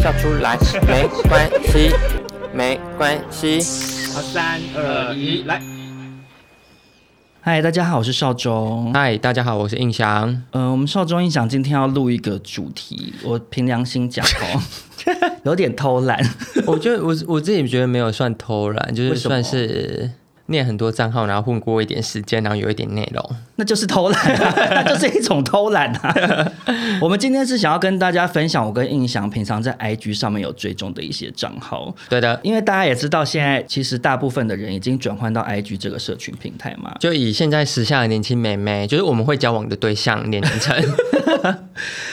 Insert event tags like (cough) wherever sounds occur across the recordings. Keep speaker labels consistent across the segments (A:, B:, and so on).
A: 笑出来没关系，没关系。
B: 好，三二一，来。嗨，大家好，我是邵忠。
A: (laughs) 嗨，大家好，我是印翔。
B: 呃，我们邵忠印象今天要录一个主题，我凭良心讲哦，有点偷懒。 (laughs)
A: (laughs) 我觉得我我自己觉得没有算偷懒，就是
B: 为什
A: 算
B: 么
A: 是念很多账号，然后混过一点时间，然后有一点内容。
B: 那就是偷懒、啊，那就是一种偷懒啊。 (laughs) 我们今天是想要跟大家分享我跟印象平常在 IG 上面有追踪的一些账号，
A: 对的，
B: 因为大家也知道，现在其实大部分的人已经转换到 IG 这个社群平台嘛。
A: 就以现在时下的年轻妹妹，就是我们会交往的对象年龄层，
B: (laughs)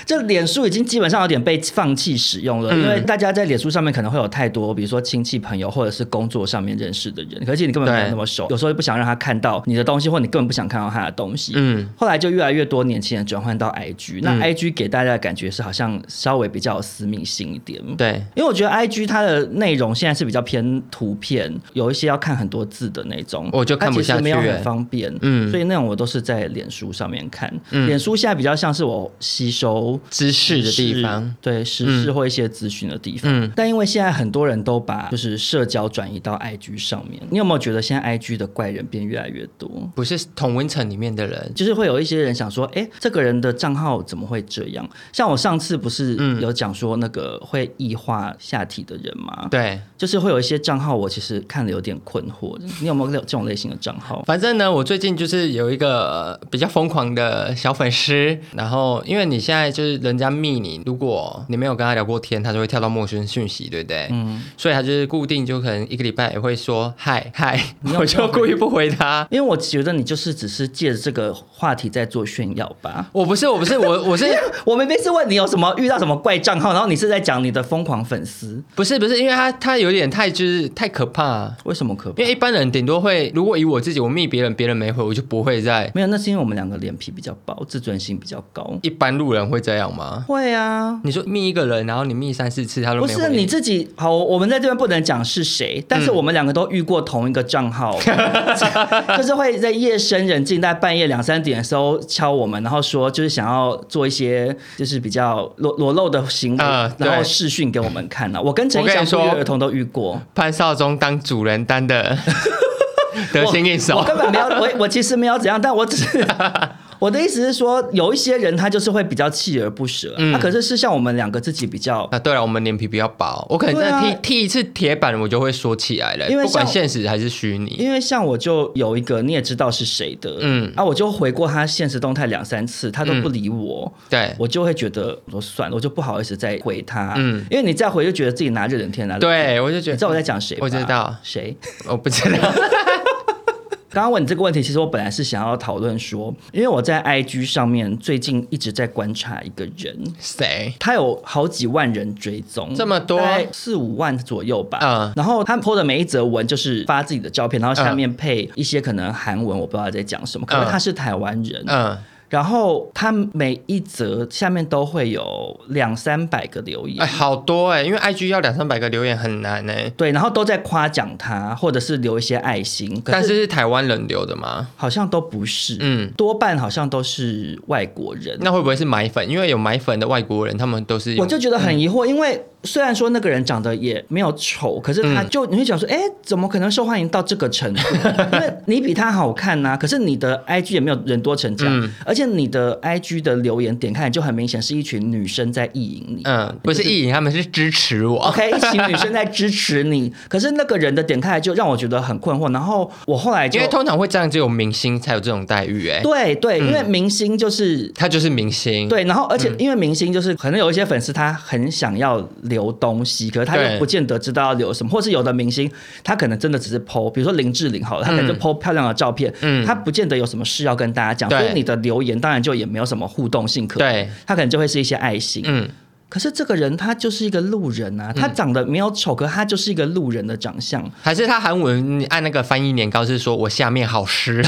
B: 就脸书已经基本上有点被放弃使用了，因为大家在脸书上面可能会有太多，比如说亲戚朋友或者是工作上面认识的人，而且你根本没有那么熟，有时候不想让他看到你的东西，或你根本不想看到他的东西。
A: 嗯，
B: 后来就越来越多年轻人转换到 IG，那 IG 给大家的感觉是好像稍微比较有私密性一点。
A: 对，
B: 因为我觉得 I G 它的内容现在是比较偏图片，有一些要看很多字的那种，
A: 我就看不下去
B: 它其实没有
A: 欸
B: 很方便，
A: 嗯
B: 嗯，所以那种我都是在脸书上面看。脸书现在比较像是我吸收
A: 知识的地
B: 时事
A: 方，
B: 对时事或一些资讯的地方。
A: 嗯
B: 但因为现在很多人都把就是社交转移到 IG 上面，你有没有觉得现在 IG 的怪人变越来越多？
A: 不是同温层里面的人。
B: 就是会有一些人想说，哎，这个人的账号怎么会这样？像我上次不是
A: 嗯
B: 有讲说那个会异化下体的人吗？
A: 对，
B: 就是会有一些账号，我其实看了有点困惑。你有没有这种类型的账号？
A: 哦反正呢，我最近就是有一个呃比较疯狂的小粉丝，然后因为你现在就是人家密你，如果你没有跟他聊过天，他就会跳到陌生讯息，对不对？嗯，所以他就是固定就可能一个礼拜也会说嗨 (laughs) 嗨，我就故意不回他。
B: 因为我觉得你就是只是借着这个话题在做炫耀吧。 (laughs)
A: 我不是，我不是，我我是 (laughs)
B: 我明明是问你有什么遇到什么怪账号，然后你是在讲你的疯狂粉丝，
A: 不是不是，因为他他有点太就是太可怕、
B: 为什么可怕
A: 因？为一般人顶多会，如果以我自己，我密别人，别人没回，我就不会再。
B: 没有，那是因为我们两个脸皮比较薄，自尊心比较高。
A: 一般路人会这样吗？
B: 会啊，
A: 你说密一个人，然后你密三四次，他都
B: 不
A: 没回
B: 是你自己好，我们在这边不能讲是谁，但是我们两个都遇过同一个账 (laughs) 号，就是会在夜深人静，在半夜两三点的时候敲我们，然后说就是想要做一些就是比较裸裸露的行为，
A: 啊对
B: 然后视讯给我们看啊呢、我跟陈
A: 我
B: 一
A: 跟
B: 翔
A: 你
B: 不
A: 说
B: 约而同都遇过。
A: 潘少忠当主人当
B: (laughs)
A: 的得心应
B: 我
A: 手。
B: 根本没有，我我其实没有怎样，但我只 (laughs) 是我的意思是说，有一些人他就是会比较锲而不舍，
A: 嗯
B: 那、可是是像我们两个自己比较。
A: 啊，对了，我们脸皮比较薄，我可能
B: 对
A: 真的
B: 啊
A: 踢、踢一次铁板，我就会说起来了，
B: 因为
A: 不管
B: 像
A: 现实还是虚拟。
B: 因为像我就有一个你也知道是谁的，
A: 嗯
B: 嗯，啊，我就回过他现实动态两三次，他都不理我，
A: 对
B: 我就会觉得我说算了，我就不好意思再回他，
A: 嗯
B: 嗯，因为你再回就觉得自己拿热脸贴拿冷汗，
A: 对，我就觉
B: 啊你
A: 得
B: 知道我在讲谁吧？
A: 我知道
B: 谁。
A: 我不知
B: (laughs)
A: 道。
B: 刚刚问你这个问题，其实我本来是想要讨论说，因为我在 IG 上面最近一直在观察一个人，
A: 谁？
B: 他有好几万人追踪，
A: 这么多
B: 大概四五万左右吧。
A: 嗯
B: 然后他 PO 的每一则文就是发自己的照片，然后下面配一些可能韩文，我不知道他在讲什么。
A: 嗯
B: 可能他是台湾人，
A: 嗯，
B: 然后他每一则下面都会有两三百个留言。
A: 哎，好多哎、因为 IG 要两三百个留言很难哎、
B: 对，然后都在夸奖他，或者是留一些爱心，可
A: 但
B: 是
A: 是是台湾人留的吗？
B: 好像都不是，
A: 嗯
B: 多半好像都是外国人。
A: 那会不会是买粉？因为有买粉的外国人，他们都是用
B: 我就觉得很疑
A: 嗯
B: 惑，因为虽然说那个人长得也没有丑，可是他
A: 嗯
B: 就、你会想说，哎，怎么可能受欢迎到这
A: (laughs)
B: 个程度？因为你比他好看呐、可是你的 IG 也没有人多成这
A: 嗯
B: 样，而且你的 IG 的留言点开就很明显是一群女生在意淫你。
A: 嗯，不是意淫，他们是支持我。
B: OK，一群女生在支持
A: (laughs)
B: 你，可是那个人的点开就让我觉得很困惑。然后我后来就
A: 因为通常会这样，只有明星才有这种待遇哎、
B: 对对，因为明星就是
A: 他就是明星，
B: 对，然后而且
A: 嗯
B: 因为明星就是可能有一些粉丝他很想要留东西，可是他
A: 对
B: 又不见得知道要留什么，或是有的明星他可能真的只是 PO，比如说林志玲好了，他可能就 PO 漂亮的照片，他不见得有什么事要跟大家讲，所
A: 嗯对
B: 以你的留言当然就也没有什么互动性可言，
A: 对
B: 他可能就会是一些爱心。
A: 嗯，
B: 可是这个人他就是一个路人啊，他长得没有丑，可他就是一个路人的长相。
A: 还是他韩文你按那个翻译年糕是说我下面好湿，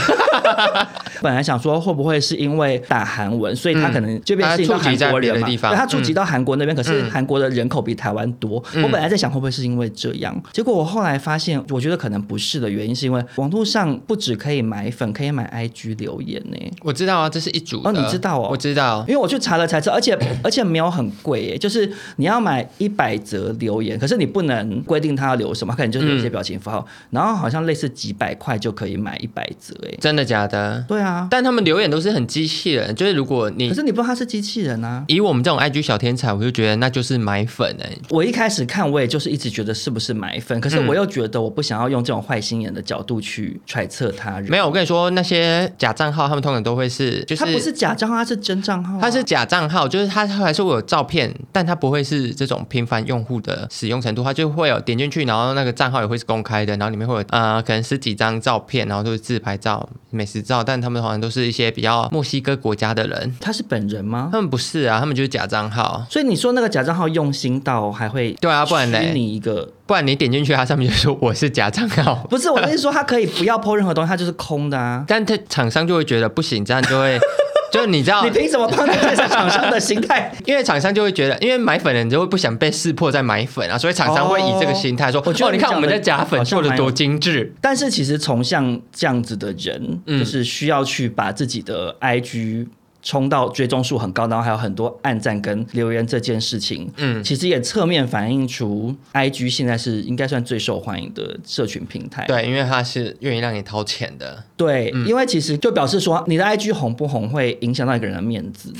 B: 本来想说会不会是因为打韩文，所以他可能就变
A: 他
B: 吸引到
A: 触及
B: 韩
A: 在
B: 国
A: 别的
B: 人嘛，
A: 地方
B: 对他触及到韩国那边。可是
A: 嗯
B: 韩国的人口比台湾多，我本来在想会不会是因为这样，结果我后来发现，我觉得可能不是的原因，是因为网络上不只可以买粉，可以买 IG 留言呢、
A: (laughs) 我知道啊，这是一组的
B: 哦你知道哦
A: 我知道
B: 因，为我去查了才知道，而且而且没有很贵耶，就是你要买一百则留言，可是你不能规定他要留什么，他可能就是有一些表情符号，
A: 嗯
B: 然后好像类似几百块就可以买一百则，哎，
A: 真的假的？
B: 对啊，
A: 但他们留言都是很机器人，就是如果你
B: 可是你不知道他是机器人啊。
A: 以我们这种 IG 小天才，我就觉得那就是买粉哎、
B: 我一开始看，我也就是一直觉得是不是买粉，可是
A: 嗯
B: 我又觉得我不想要用这种坏心眼的角度去揣测他人。
A: 没有，我跟你说，那些假账号他们通常都会是，就是
B: 他不是假账号，他是真账号啊、
A: 它是假账号，就是它还是会有照片，但它不会是这种频繁用户的使用程度，它就会有点进去，然后那个账号也会是公开的，然后里面会有呃可能十几张照片，然后都是自拍照、美食照，但他们好像都是一些比较墨西哥国家的人，
B: 他是本人吗？
A: 他们不是啊，他们就是假账号。
B: 所以你说那个假账号用心到还会
A: 对啊不然嘞
B: 虚拟一个
A: 不然你点进去，它上面就说我是假账号，
B: 不是我跟你说，他可以不要 PO 任何东西，他就是空
A: (laughs)
B: 的啊。
A: 但他厂商就会觉得不行，这样就会，就你知道
B: (laughs) 你，凭什么帮他介绍厂商的心态？
A: 因为厂商就会觉得，因为买粉的人就会不想被识破在买粉啊，所以厂商会以这个心态说：“
B: 哦我觉得
A: 哦，你看我们的假粉
B: 好像
A: 做
B: 蛮有
A: 的多精致。
B: 但是其实从像这样子的人，
A: 嗯
B: 就是需要去把自己的 IG 冲到追踪数很高，然后还有很多暗赞跟留言这件事情，
A: 嗯
B: 嗯，其实也侧面反映出 IG 现在是应该算最受欢迎的社群平台。”
A: 对，因嗯为他是愿意让你掏钱的。
B: 对，因为其实就表示说，你的 IG 红不红会影响到一个人的面
A: (laughs)
B: 子，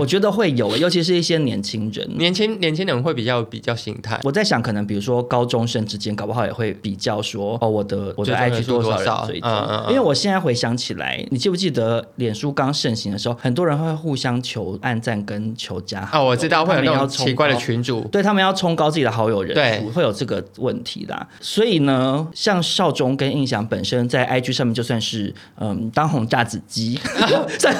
B: 我觉得会有，尤其是一些年轻人。
A: 年轻年轻人会比较比较心态，
B: 我在想，可能比如说高中生之间，搞不好也会比较说，哦，我的我
A: 追踪
B: 的
A: 人
B: IG
A: 数
B: 多
A: 多
B: 少
A: 少
B: 人追踪？
A: 嗯嗯嗯
B: 因为我现在回想起来，你记不记得脸书刚盛行的时候，很多人会互相求暗赞跟求加好
A: 哦，
B: 友
A: 我知道会有
B: 他
A: 那
B: 们要
A: 种
B: 冲
A: 奇怪的
B: 高
A: 群主， (laughs)
B: 对他们要冲高自己的好友人
A: 对
B: 数，会有这个问题啦。所以呢，像少中跟印象本身在 IG 上面就算是嗯当红炸子
A: (laughs)
B: 鸡，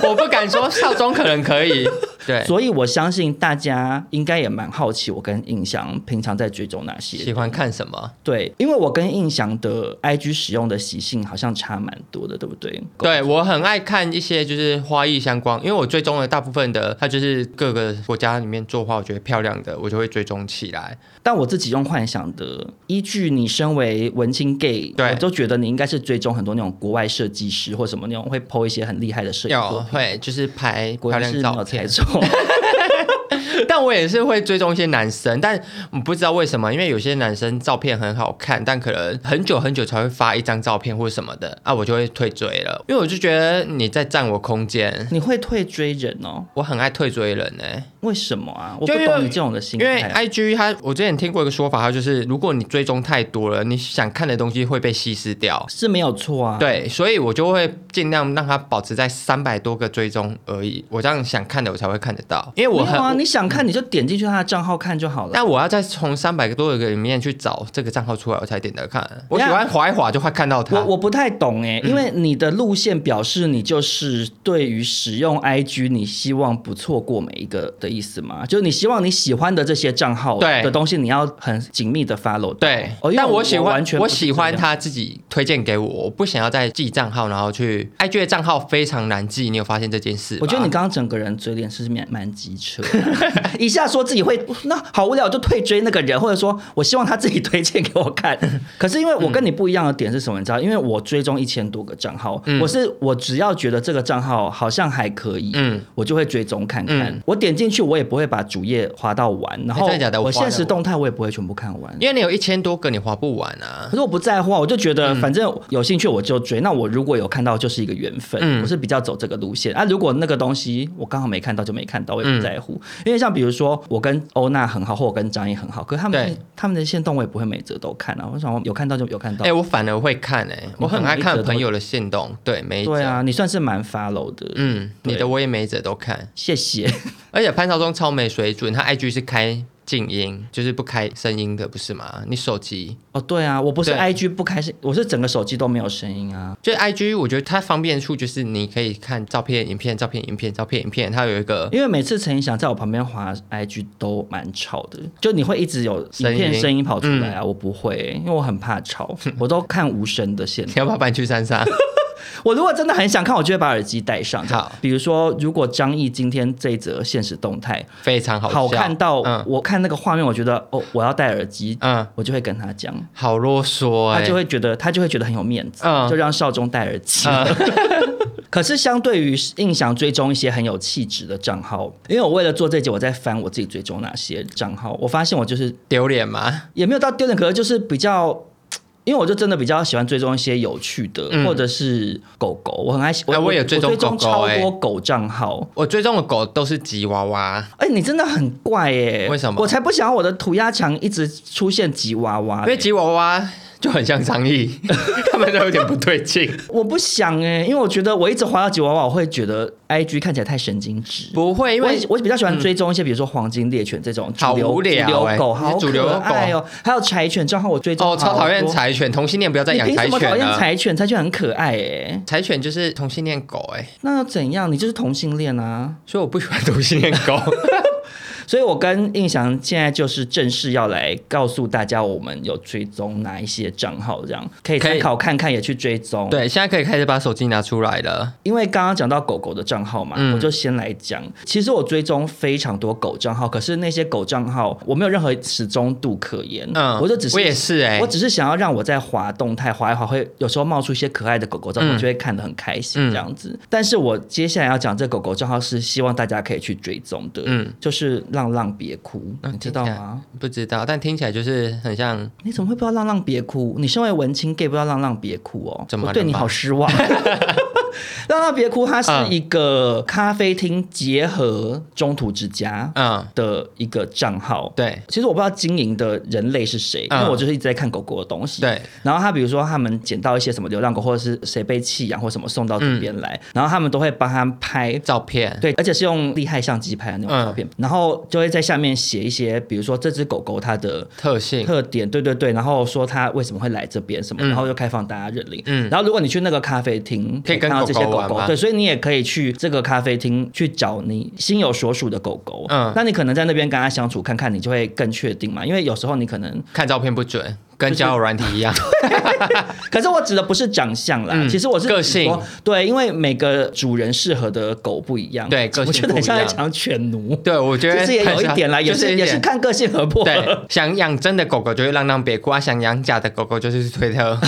A: 我不敢说 (laughs) 少中可能可
B: (laughs)
A: 以。对，
B: 所以我相信大家应该也蛮好奇我跟印象平常在追踪哪些
A: 喜欢看什么？
B: 对，因为我跟印象的 IG 使用的习性好像差蛮多的，对不对？
A: 对我很爱看一些就是花艺相关，因为我追踪了大部分的，它就是各个国家里面做花，我觉得漂亮的，我就会追踪起来。
B: 但我自己用幻想的，依据你身为文青 gay，
A: 对
B: 我都觉得你应该是追踪很多那种国外设计师或什么那种会 PO 一些很厉害的摄影
A: 有
B: 作品。
A: 哦会就是拍
B: 果
A: 漂
B: 然
A: 亮
B: 是没
A: 照
B: 有猜
A: 片，啊
B: 中，
A: (laughs) 但我也是会追踪一些男生，但我不知道为什么，因为有些男生照片很好看，但可能很久很久才会发一张照片或什么的啊，我就会退追了，因为我就觉得你在占我空间。
B: (laughs) 你会退追人哦？
A: 我很爱退追人呢、
B: 为什么啊？我不
A: 就因为
B: 懂你这种的心
A: 因为
B: 态。啊
A: I G 它，我之前听过一个说法，它就是如果你追踪太多了，你想看的东西会被稀释掉。
B: 是没有错啊，
A: 对，所以我就会尽量让它保持在三百多个追踪而已，我这样想看的我才会看得到，因为我
B: 没有
A: 很
B: 啊，你想看你就点进去他的账号看就好了。
A: 但我要再从三百多个里面去找这个账号出来，我才点得看。我
B: 等一
A: 喜
B: 下
A: 欢划一划就会看到它。
B: 我我不太懂哎、
A: 嗯
B: 因为你的路线表示你就是对于使用 IG，你希望不错过每一个的意思吗？就是你希望你喜欢的这些账号
A: 对
B: 的东西，你要很紧密的 follow 到。
A: 对，
B: 哦，因为
A: 但
B: 我
A: 喜欢
B: 我完全
A: 我
B: 不是
A: 喜欢
B: 这样。
A: 他自己推荐给我，我不想要再记账号，然后去 IG 的账号非常难记，你有发现这件事吧？
B: 我觉得你刚刚整个人嘴脸是蛮蛮机车的， (laughs) 一下说自己会那好无聊，我就退追那个人，或者说我希望他自己推荐给我看。可是因为我跟你不一样的点是什么？你知道，因为我追踪一千多个账号，
A: 嗯
B: 我是我只要觉得这个账号好像还可以，
A: 嗯
B: 我就会追踪看看。
A: 嗯哎
B: 我点进去，我也不会把主页滑到完，然后
A: 真的假的我
B: 我
A: 滑得
B: 现实
A: 完
B: 动态我也不会全部看完。
A: 因为你有一千多个，你划不完啊
B: 可。是我不在乎啊，我就觉
A: 嗯
B: 得反正有兴趣我就追。那我如果有看到就是一个缘分，
A: 嗯
B: 我是比较走这个路线啊。如果那个东西我刚好没看到就没看到，我也不在乎。
A: 嗯
B: 因为像比如说我跟欧娜很好，或我跟张译很好，可是他
A: 对
B: 们他们的线动我也不会每则都看啊。我想有看到就有看到。
A: 哎、我反而会看哎、我很爱看朋友的线动，对，每一则。
B: 对啊，你算是蛮 follow 的，
A: 嗯，
B: 对
A: 你的我也每一则都看，
B: 谢谢。
A: 而且潘少忠超没水准，他 IG 是开静音，就是不开声音的，不是吗？你手机
B: 哦，对啊，我不是
A: 对
B: IG 不开心，我是整个手机都没有声音啊。
A: 就是 I G，我觉得它方便处就是你可以看照片、影片、照片、影片、照片、影片，它有一个
B: 因为每次陈以翔在我旁边滑 IG 都蛮吵的，就你会一直有
A: 声
B: 影片
A: 音嗯
B: 声音跑出来啊，我不会、因为我很怕
A: (laughs)
B: 吵，我都看无声的现在
A: 你要不要搬去山
B: (laughs)
A: 上？
B: 我如果真的很想看，我就会把耳机戴上。
A: 好
B: 比如说，如果张译今天这一则现实动态
A: 非常好笑，
B: 好看到、
A: 嗯
B: 我看那个画面，我觉得哦，我要戴耳机，
A: 嗯，
B: 我就会跟他讲，
A: 好啰嗦哎、
B: 他就会觉得他就会觉得很有面子，
A: 嗯
B: 就让少中戴耳机。 (laughs)
A: 嗯
B: 可是相对于印象追踪一些很有气质的账号，因为我为了做这集，我在翻我自己追踪哪些账号，我发现我就是
A: 丢脸吗？
B: 也没有到丢脸，可是就是比较。因为我就真的比较喜欢追踪一些有趣的，
A: 嗯
B: 或者是狗狗，我很爱喜。
A: 哎我也
B: 追
A: 追踪狗狗
B: 超
A: 哎
B: 多狗账号。
A: 我追踪的狗都是吉娃娃，
B: 哎、你真的很怪耶、
A: 为什么
B: 我才不想要我的涂鸦墙一直出现吉娃娃嘞、
A: 因为吉娃娃就很像张
B: (laughs)
A: 译，他们都有点不对劲。
B: 我不想哎、因为我觉得我一直滑到吉娃娃，我会觉得 I G 看起来太神经质。
A: 不会，因为嗯
B: 我我比较喜欢追踪一些，比如说黄金猎犬这种主
A: 好
B: 流
A: 无聊
B: 主流
A: 哎
B: 狗，
A: 你是
B: 好
A: 主流
B: 可
A: 狗
B: 爱哦。还有柴犬，正好我追踪
A: 哦，超
B: 好
A: 讨厌
B: 多。
A: 柴犬，同性恋不要再
B: 你
A: 养
B: 凭
A: 柴
B: 什么讨
A: 犬啊
B: 厌
A: 了。
B: 柴犬？柴犬很可爱哎、
A: 柴犬就是同性恋狗哎、
B: 那又怎样？你就是同性恋啊！
A: 所以我不喜欢同性恋
B: (laughs)
A: 狗。
B: 所以我跟印翔现在就是正式要来告诉大家，我们有追踪哪一些账号，这样可以
A: 可以
B: 参考看看，也去追踪。，
A: 对，现在可以开始把手机拿出来了。
B: 因为刚刚讲到狗狗的账号嘛，
A: 嗯
B: 我就先来讲。其实我追踪非常多狗账号，可是那些狗账号我没有任何始终度可言。
A: 嗯，
B: 我就只是
A: 我也是哎、
B: 我只是想要让我在滑动态滑一滑，会有时候冒出一些可爱的狗狗照片，
A: 嗯
B: 我就会看得很开心这样子。但是我接下来要讲这狗狗账号是希望大家可以去追踪的，
A: 嗯
B: 就是浪浪别哭，
A: 嗯
B: 你知道
A: 听起
B: 吗？
A: 不知道，但听起来就是很像
B: 你怎么会不知道浪浪别哭？你身为文青 gay 不知道浪浪别哭哦，
A: 怎么了
B: 我对你
A: 吗
B: 好失望。 (laughs) 浪浪别哭，它是一个咖啡厅结合中途之家
A: 嗯，
B: 的一个账号，
A: 对
B: 其实我不知道经营的人类是谁，因
A: 嗯
B: 为我就是一直在看狗狗的东西。
A: 对。
B: 然后他比如说他们捡到一些什么流浪狗，或者是谁被弃养或什么送到这边
A: 嗯
B: 来，然后他们都会帮他们拍。
A: 照片，
B: 对，而且是用厉害相机拍的那种照
A: 嗯
B: 片，然后就会在下面写一些，比如说这只狗狗它的
A: 特性，
B: 特点，对对对，然后说它为什么会来这边什么，然后就开放大家认领。
A: 嗯
B: 然后如果你去那个咖啡厅，
A: 可以跟
B: 看到
A: 狗
B: 这些
A: 狗
B: 狗
A: 玩
B: 狗，
A: 吗
B: 对，所以你也可以去这个咖啡厅去找你心有所属的狗狗。
A: 嗯
B: 那你可能在那边跟它相处看看，你就会更确定嘛，因为有时候你可能
A: 看照片不准，跟交友软体一样。
B: 可是我指的不是长相啦，
A: 嗯
B: 其实我是
A: 个
B: 指
A: 性
B: 说，对，因为每个主人适合的狗不一样，
A: 对个性
B: 我觉得很像
A: 不一
B: 在
A: 样
B: 讲
A: (laughs)
B: 犬奴，
A: 对，我觉得
B: 其实也有一点啦，
A: 很像
B: 也
A: 就是一
B: 也
A: 点
B: 是看个性合不合。
A: 对，想养真的狗狗就会让让别哭啊，想养假的狗狗就是推
B: (laughs)
A: 特。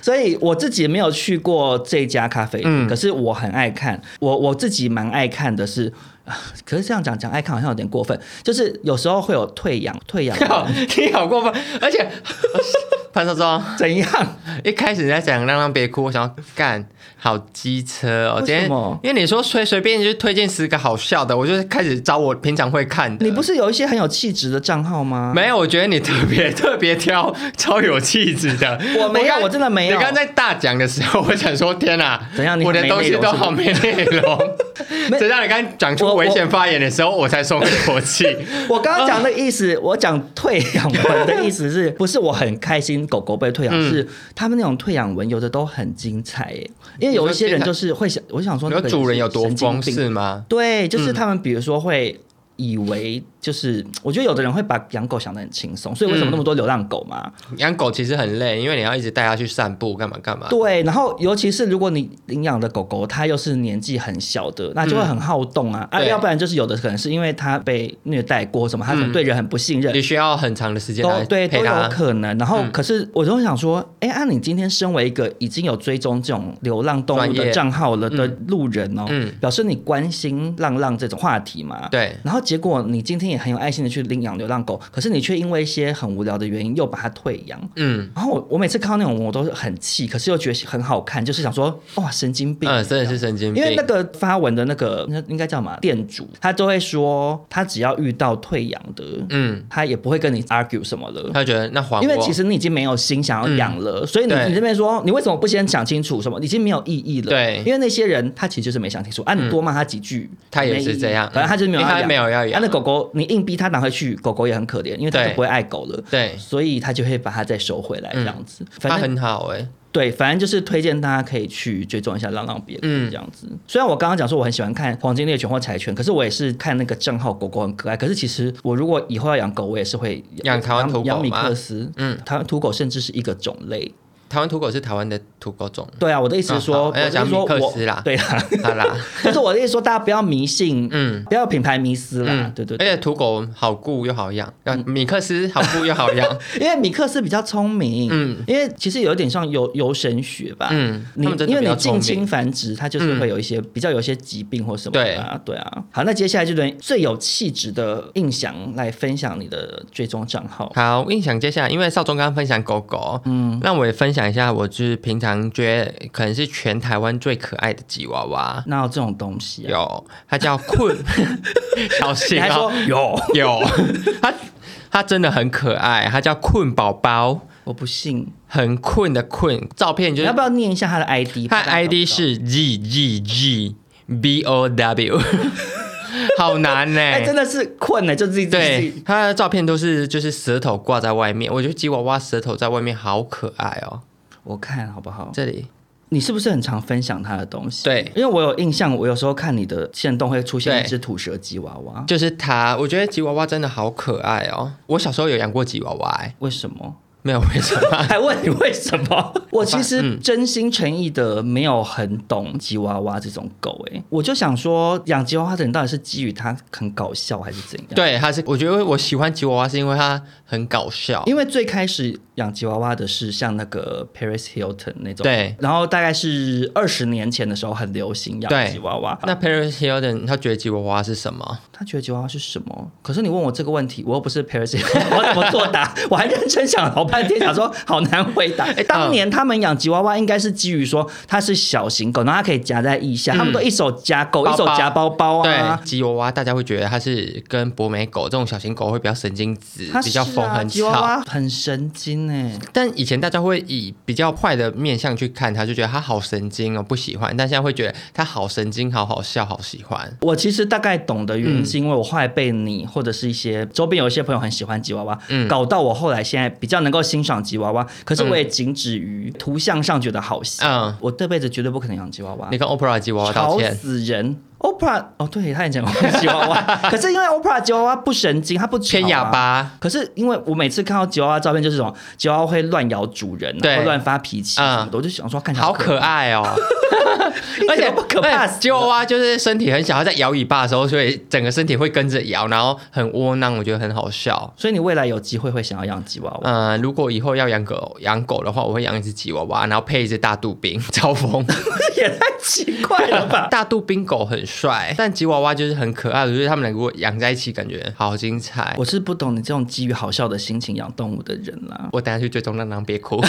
B: 所以我自己没有去过这家咖啡厅，
A: 嗯
B: 可是我很爱看，我我自己蛮爱看的是。 (sighs) 啊可是这样讲讲爱看好像有点过分，就是有时候会有退养退养
A: (laughs) 你好过分，而且潘少忠 (laughs)
B: 怎样？
A: 一开始你在讲让让别哭，我想要干好机车哦。
B: 为
A: 今天
B: 什么
A: 因为你说随随便就推荐十个好笑的，我就开始找我平常会看的。
B: 你不是有一些很有气质的账号吗？
A: 没有，我觉得你特别特别挑，超有气质的。
B: 我没有
A: 刚
B: 我真的没有
A: 你刚在大讲的时候，我想说，天哪、
B: 怎样你
A: 我的
B: 很没
A: 东西
B: 内容
A: 都
B: 是不是
A: 好没内容。
B: 没
A: 直到你刚讲
B: 我
A: 出
B: 我
A: 危险发言的时候，我才松了一口气。
B: 我刚刚讲的意思，
A: 呃
B: 我讲退养文的意思
A: (laughs)
B: 是不是我很开心狗狗被退养？
A: 嗯
B: 是他们那种退养文有的都很精彩耶，因为有一些人就是会想，我想说
A: 你
B: 那
A: 说
B: 个
A: 主人有多
B: 神经
A: 疯
B: 病
A: 是吗？
B: 对，
A: 嗯
B: 就是他们比如说会以为就是，我觉得有的人会把养狗想得很轻松，所以为什么那么多流浪狗嘛？
A: 养狗其实很累，因为你要一直带它去散步，干嘛干嘛。
B: 对，然后尤其是如果你领养的狗狗它又是年纪很小的，那就会很好动啊、啊，
A: 对嗯
B: 要不然就是有的可能是因为它被虐待过什么，它可能对人很不信任，
A: 你需要很长的时间
B: 都
A: 来
B: 对都
A: 陪
B: 有
A: 它。
B: 可能。然后
A: 嗯，
B: 可是我就想说，哎、啊，你今天身为一个已经有追踪这种流浪动物
A: 专
B: 的
A: 业
B: 账号了的路人哦，
A: 嗯
B: 表示你关心浪浪这种话题嘛？。
A: 对，
B: 然后结果你今天也很有爱心的去领养流浪狗，可是你却因为一些很无聊的原因又把它退养。
A: 嗯
B: 然后我我每次看到那种文我都是很气，可是又觉得很好看，就是想说哇神经病。
A: 嗯，真的是神经
B: 因
A: 病。
B: 为那个发文的那个那应该叫什么啊店主，他都会说他只要遇到退养的，
A: 嗯，
B: 他也不会跟你 argue 什么了。
A: 他觉得那还我，
B: 因为其实你已经没有心想要养了，所以你
A: 嗯对
B: 你这边说你为什么不先讲清楚什么，已经没有意义了。
A: 对嗯
B: 因为那些人他其实就是没想清楚啊，你多骂他几句，
A: 他也
B: 没
A: 是
B: 意义
A: 这样嗯
B: 反正他就是没有
A: 因为他
B: 养
A: 没有要养
B: 啊那狗狗你你硬逼他拿回去，狗狗也很可怜，因为它
A: 对
B: 就不会爱狗了。
A: 对
B: 所以他就会把它再收回来这样子。
A: 他
B: 反正
A: 很好哎、
B: 对，反正就是推荐大家可以去追踪一下浪浪别
A: 嗯
B: 嗯这样子。虽然我刚刚讲说我很喜欢看黄金猎犬或柴犬，可是我也是看那个账号狗狗很可爱。可是其实我如果以后要养狗，我也是会
A: 养台湾土狗
B: 养米
A: 吗
B: 克斯，
A: 嗯
B: 嗯，台湾土狗甚至是一个种类。
A: 台湾土狗是台湾的土狗种， (laughs)
B: 对啊，我的意思
A: 嗯
B: 是
A: 好
B: 说，我
A: 要
B: 的意思
A: 讲
B: 是说
A: 米克
B: 我
A: 斯啦
B: 对啦，
A: 好啦，
B: (laughs) 就是我的意思说大家不要迷信，
A: 嗯
B: 不要有品牌迷思 (laughs) 啦，
A: 嗯，
B: 对对
A: 而
B: 对。
A: 且
B: 嗯
A: 土狗好顾又好养，啊，米克斯好顾又好
B: (laughs)
A: 养，
B: 因为米克斯比较聪明，
A: 嗯
B: 嗯，因为其实有点像游游神学吧，
A: 嗯
B: 你
A: 他们真的
B: 因
A: 比
B: 为
A: 较
B: 你
A: 聪
B: 近
A: 明嗯
B: 亲繁殖，它就是会有一些、比较有一些疾病或什么的、啊，对啊。好，那接下来就轮最有气质的印象来分享你的追踪账号，
A: 好，印象接下来，因为少中刚刚分享狗狗，嗯，那我也分享一下，我就是平常觉得可能是全台湾最可爱的吉娃娃，
B: 那有这种东西、啊，
A: 有，它叫
B: (laughs)
A: 困，小
B: 你
A: 心
B: 还
A: 哦
B: 说，有，
A: 有，它它真的很可爱，它叫困宝宝，
B: 我不信，
A: 很困的困，照片就
B: 你
A: 是
B: 要不要念一下他的 ID？
A: 它
B: 怕大家找不
A: ID
B: 到。
A: 是 G G G B O W，好难呢、
B: 哎、真的是困了，就自己自己
A: 对，它的照片都是就是舌头挂在外面，我觉得吉娃娃舌头在外面好可爱哦。
B: 我看好不好？
A: 这里
B: 你是不是很常分享他的东西？
A: 对
B: 因为我有印象，我有时候看你的线动会出现
A: 对
B: 一只吐舌吉娃娃，
A: 就是它，我觉得吉娃娃真的好可爱哦。我小时候有养过吉娃娃、哎，
B: 为什么？。
A: 没有为什么
B: (laughs) 还问你为什么？ (laughs) 我其实
A: 嗯
B: 真心诚意的没有很懂吉娃娃这种狗、欸，我就想说养吉娃娃的人到底是基于它很搞笑还是怎样？，
A: 对，它是我觉得我喜欢吉娃娃是因为它很搞
B: (laughs)
A: 笑，
B: 因为最开始养吉娃娃的是像那个 Paris Hilton 那种，
A: 对，
B: 然后大概是二十年前的时候很流行
A: 对
B: 养吉娃娃。
A: 那 Paris Hilton 他觉得吉娃娃是什么？
B: 他觉得吉娃娃是什么？可是你问我这个问题，我又不是 Paris Hilton，我怎 (laughs) 么作答？我还认真想了好半天，想说好难回 (laughs) 答。哎当年他们养吉娃娃应该是基于说它是小型狗，然后它可以夹在腋下，他们都一手夹狗，
A: 包包
B: 一手夹嗯包包啊
A: 对，。吉娃娃大家会觉得它是跟博美狗这种小型狗会比较神经质，
B: 它
A: 比
B: 是啊
A: 较疯，很
B: 吉娃
A: 吵。
B: 娃很神经哎、
A: 但以前大家会以比较坏的面相去看它，就觉得它好神经哦，不喜欢。但现在会觉得它好神经，好好笑，好喜欢。
B: 我其实大概懂的原因，是因为我后来被你或者是一些周边有一些朋友很喜欢吉娃娃，
A: 嗯
B: 搞到我后来现在比较能够欣赏吉娃娃，可是我也仅止于图像上觉得好笑。
A: 嗯
B: 我这辈子绝对不可能养吉娃娃。
A: 你跟 Oprah 吉娃娃道
B: 吵
A: 歉，
B: 啊死人！OPRA 哦，对，他以前玩吉娃 (laughs) 娃，可是因为 OPRA 吉娃娃不神经，他不、吵啊
A: 偏哑。巴。
B: 可是因为我每次看到吉娃娃照片，就是这种吉娃娃会乱咬主人，啊
A: 对
B: 会乱发脾气什么的，我就想说看起来
A: 好可，爱
B: (laughs)
A: 哦，
B: 而
A: 而且
B: 且嗯不可哎怕
A: 而且
B: 死
A: 吉娃
B: 了。
A: 娃就是身体很小，它在摇尾巴的时候，所以整个身体会跟着摇，然后很窝囊，我觉得很好笑。
B: 所以你未来有机会会想要养吉娃娃，
A: 嗯，如果以后要养狗养狗的话，我会养一只吉娃娃，然后配一只大肚兵，招风。
B: (laughs) 也太奇怪了吧？
A: 大肚兵狗很帅，但吉娃娃就是很可爱，我觉得他们两个如果养在一起，感觉好精彩。
B: (laughs) 我是不懂你这种基于好笑的心情养动物的人啦。
A: 我等下去追踪浪浪，别哭。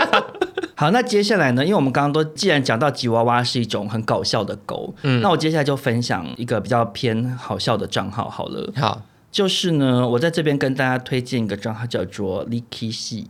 A: (laughs)
B: 好，那接下来呢？因为我们刚刚都既然讲到吉娃娃是一种很搞笑的狗，嗯，那我接下来就分享一个比较偏好笑的账号好了。
A: 好，
B: 就是呢，我在这边跟大家推荐一个账号，叫做 Licky 系，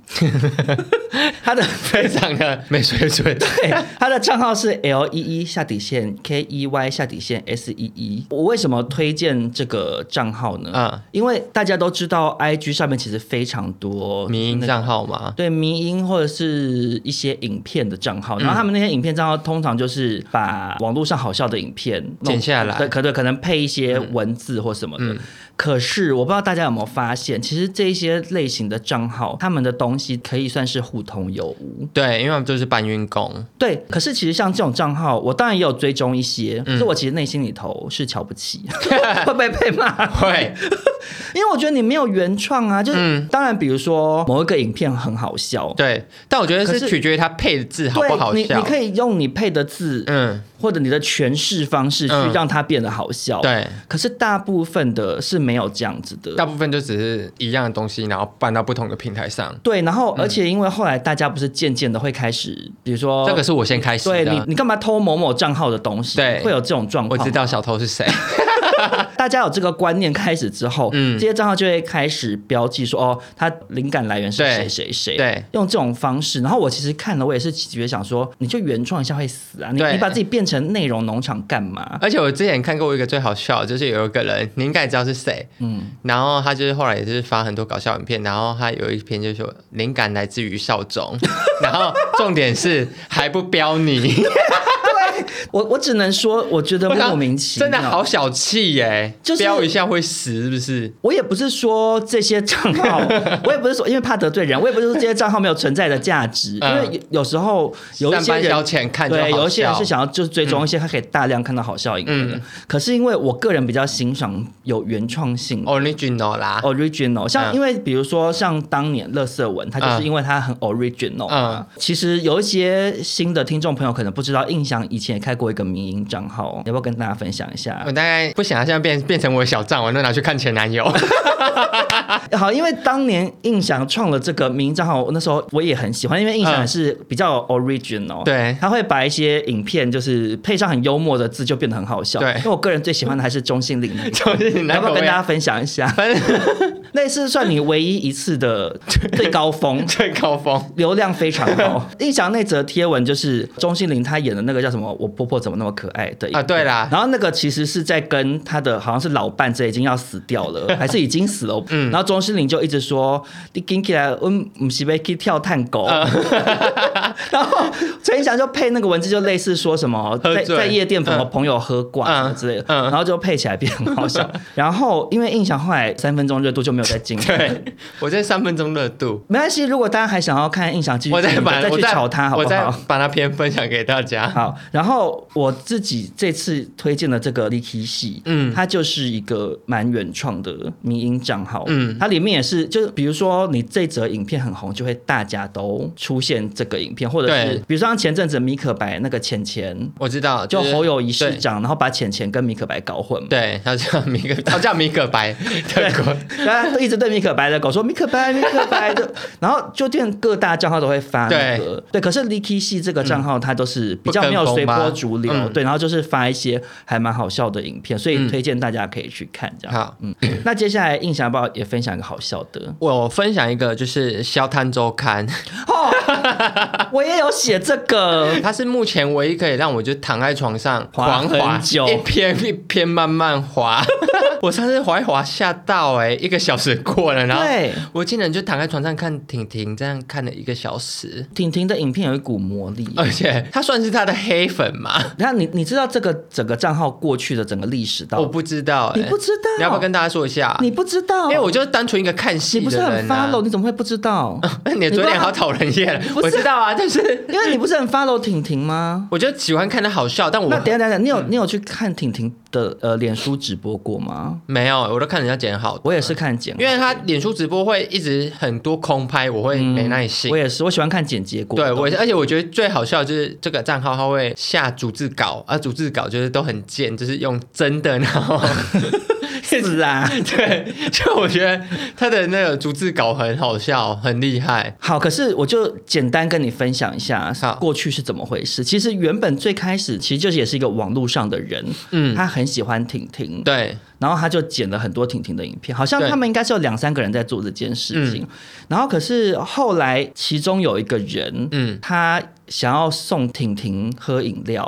B: (laughs) 他的
A: 非常的没水
B: (laughs)
A: 准。
B: 对他的账号是 L E E 下底线 K E Y 下底线 S E E。我为什么推荐这个账号呢？
A: 嗯
B: 因为大家都知道 I G 上面其实非常多
A: 迷音
B: 那个
A: 账号吗？
B: 对迷音或者是一些影片的账号，然
A: 嗯
B: 后他们那些影片账号通常就是把网络上好笑的影片弄
A: 剪下来嗯
B: 对，可对，可能配一些文字或什么的。可是我不知道大家有没有发现，其实这一些类型的账号，他们的东西可以算是互通有无。
A: 对，因为我们就是搬运工。
B: 对，可是其实像这种账号，我当然也有追踪一些，
A: 嗯
B: 可是我其实内心里头是瞧不起， (laughs) 会不会被骂？
A: 会，
B: 因为我觉得你没有原创啊，就是、
A: 嗯
B: 当然，比如说某一个影片很好笑，
A: 对，但我觉得
B: 可
A: 是
B: 是
A: 取决于它配的字好
B: 对
A: 不好
B: 你你
A: 笑。
B: 可以用你配的字，
A: 嗯，
B: 或者你的诠释方式去
A: 嗯
B: 让它变得好笑。。
A: 对，
B: 可是大部分的是没有这样子的。
A: 大部分就只是一样的东西，然后搬到不同的平台上。
B: 对，然
A: 嗯
B: 后而且因为后来大家不是渐渐的会开始，比如说
A: 这个是我先开始
B: 哦对你
A: 的，。
B: 你干嘛偷某某账号的东西？
A: 对
B: 会有这种状
A: 我
B: 况。
A: 知道小偷是谁，
B: 大家有这个观念开始之后，
A: 嗯
B: 这些账号就会开始标记说，哦，他灵感来源是
A: 对
B: 谁谁谁，
A: 对，
B: 用这种方式。然后我其实看了，我也是觉得想说，你就原创一下会死啊，你
A: 对
B: 你把自己变成内容农场干嘛？
A: 而且我之前看过一个最好笑的，就是有一个人，你应该也知道是谁，
B: 嗯，
A: 然后他就是后来也是发很多搞笑影片，然后他有一篇就说灵感来自于少总， (laughs) 然后重点是还不标
B: (laughs)
A: 你，
B: 我我只能说，我觉得莫名其妙，
A: 真的好小气耶、
B: 就是
A: 标一下会死是不是？
B: 我也不是说这些账
A: (laughs)
B: 号，我也不是说因为怕得罪人，我也不是说这些账号没有存在的价值，因
A: 嗯
B: 为有有时候有一
A: 上
B: 些
A: 班消
B: 人。
A: 遣看就好
B: 对，
A: 笑
B: 有一些人是想要就是追踪一些他可以大量看到好笑影片的，
A: 嗯
B: 可是因为我个人比较欣赏有原创性
A: original 啦，
B: original，像
A: 哦嗯
B: 因为比如说像当年乐色文，它就是
A: 嗯
B: 因为它很 original 嘛。其实有一些新的听众朋友可能不知道，印象以前也开过一个民营账号，要不要跟大家分享一下
A: 我？大概不想要现在变变成我的小账，我都拿去看前男友。
B: 哦好，因为当年印象创了这个名账号，那时候我也很喜欢，因为印
A: 嗯
B: 象也是比较 original，、
A: (laughs) 对
B: 他会把一些影片就是配上很幽默的字，就变得很好笑。
A: 对
B: 因为我个人最喜欢的还是中性领
A: (laughs)
B: 域。
A: 就是你
B: 你要
A: 那
B: 不
A: 个
B: 要
A: 味
B: 跟大
A: (laughs)
B: 家
A: 道
B: 分享一下？那次算你唯一一次的最
A: (laughs)
B: 高峰，
A: 最高峰，
B: 流量非常高。印象那则贴文就是钟欣凌她演的那个叫什么？我婆婆怎么那么可爱的
A: 啊对啦
B: 然后那个其实是在跟她的好像是老伴，这已经要死掉
A: (laughs)
B: 了，还是已经死了。
A: 嗯
B: 然后钟欣凌就一直说：“你跟起来，嗯，不是被去跳探狗。
A: 嗯
B: (laughs) 然后陈意翔就配那个文字，就类似说什么
A: (laughs) 喝
B: 在
A: 醉
B: 在夜店和朋友喝挂
A: 嗯
B: 什么之类的，
A: 嗯
B: 然后就配起来变很
A: (laughs)
B: 好笑。然后因为印象后来三分钟热度就没有再进。
A: 对我这三分钟热度，
B: 没关系，如果大家还想要看印象继续
A: 我
B: 进
A: 再
B: 行的，
A: 把
B: 再
A: 我
B: 去
A: 再
B: 炒它好
A: 我
B: 不
A: 再
B: 好？
A: 把它篇分享给大
B: (laughs)
A: 家。
B: 好，然后我自己这次推荐的这个 Licky 系，嗯，它就是一个蛮原创的民音账号，嗯，它里面也是，就是比如说你这则影片很红，就会大家都出现这个影片，或者是
A: 对
B: 比如说像前阵子米可白那个浅浅，
A: 我知道，
B: 就是侯友谊市长，然后把浅浅跟米可白搞混嘛，
A: 对，对，他叫米可， (laughs) 他叫米可
B: (laughs)
A: 白，对，
B: 大家都一直对米可白的狗说米可白，米可白 (laughs) 的，然后就变各大账号都会发那个，对可是 Licky 系这个账号它都是比较没有随波逐流，
A: 不跟风吧嗯嗯
B: 对，然后就是发一些还蛮好笑的影片，所以推荐大家可以去看这样。
A: 好，
B: 嗯，那接下来印象报也分享一个好笑的，
A: 我分享一个就是《消摊周刊》， (laughs)
B: 哦我也有写这个，
A: 它是目前唯一可以让我就躺在床上
B: 滑
A: 狂滑
B: 很久
A: 一篇一篇慢慢
B: (laughs)
A: 滑。我上次滑一滑吓到哎、欸，一个小时过了，然后
B: 对
A: 我竟然就躺在床上看婷婷，这样看了一个小时。
B: 婷婷的影片有一股魔力。
A: 而且他算是他的黑粉嘛？
B: 然后你你知道这个整个账号过去的整个历史到
A: 我不知道、欸，
B: 你不知道
A: 你要不要跟大家说一下？
B: 你不知道，
A: 因为我就是单纯一个看戏
B: 哦你不
A: 的
B: 是很
A: 人、啊。
B: follow，你怎么会不知道？
A: (laughs) 你的嘴脸好讨人厌，
B: 不是
A: 我知道啊，但是
B: 因为你不是很 follow 婷婷吗？
A: 我就喜欢看他好笑，但我嗯
B: 那等一下等一下，你有、你有去看婷婷的呃脸书直播过吗？
A: 没有，我都看人家剪好的，
B: 我也是看剪，
A: 因为他脸书直播会一直很多空拍，我会没耐心。
B: 嗯我也是，我喜欢看剪接过。
A: 对
B: (laughs)
A: 我也是，而且我觉得最好笑的就是这个账号他会下逐字稿，啊，逐字稿就是都很贱，就是用真的，然后 (laughs)
B: 是啊。
A: 对，就我觉得他的那个逐字稿很好笑，很厉害。
B: 好，可是我就简单跟你分享一下
A: 好
B: 过去是怎么回事。其实原本最开始其实就是也是一个网络上的人，
A: 嗯
B: 他很喜欢婷婷，
A: 对，
B: 然后他就剪了很多婷婷的影片，好像
A: 对嗯
B: 他们应该是有两三个人在做这件事情。然后可是后来其中有一个人，嗯
A: 嗯，
B: 他想要送婷婷喝饮
A: (laughs)
B: 料，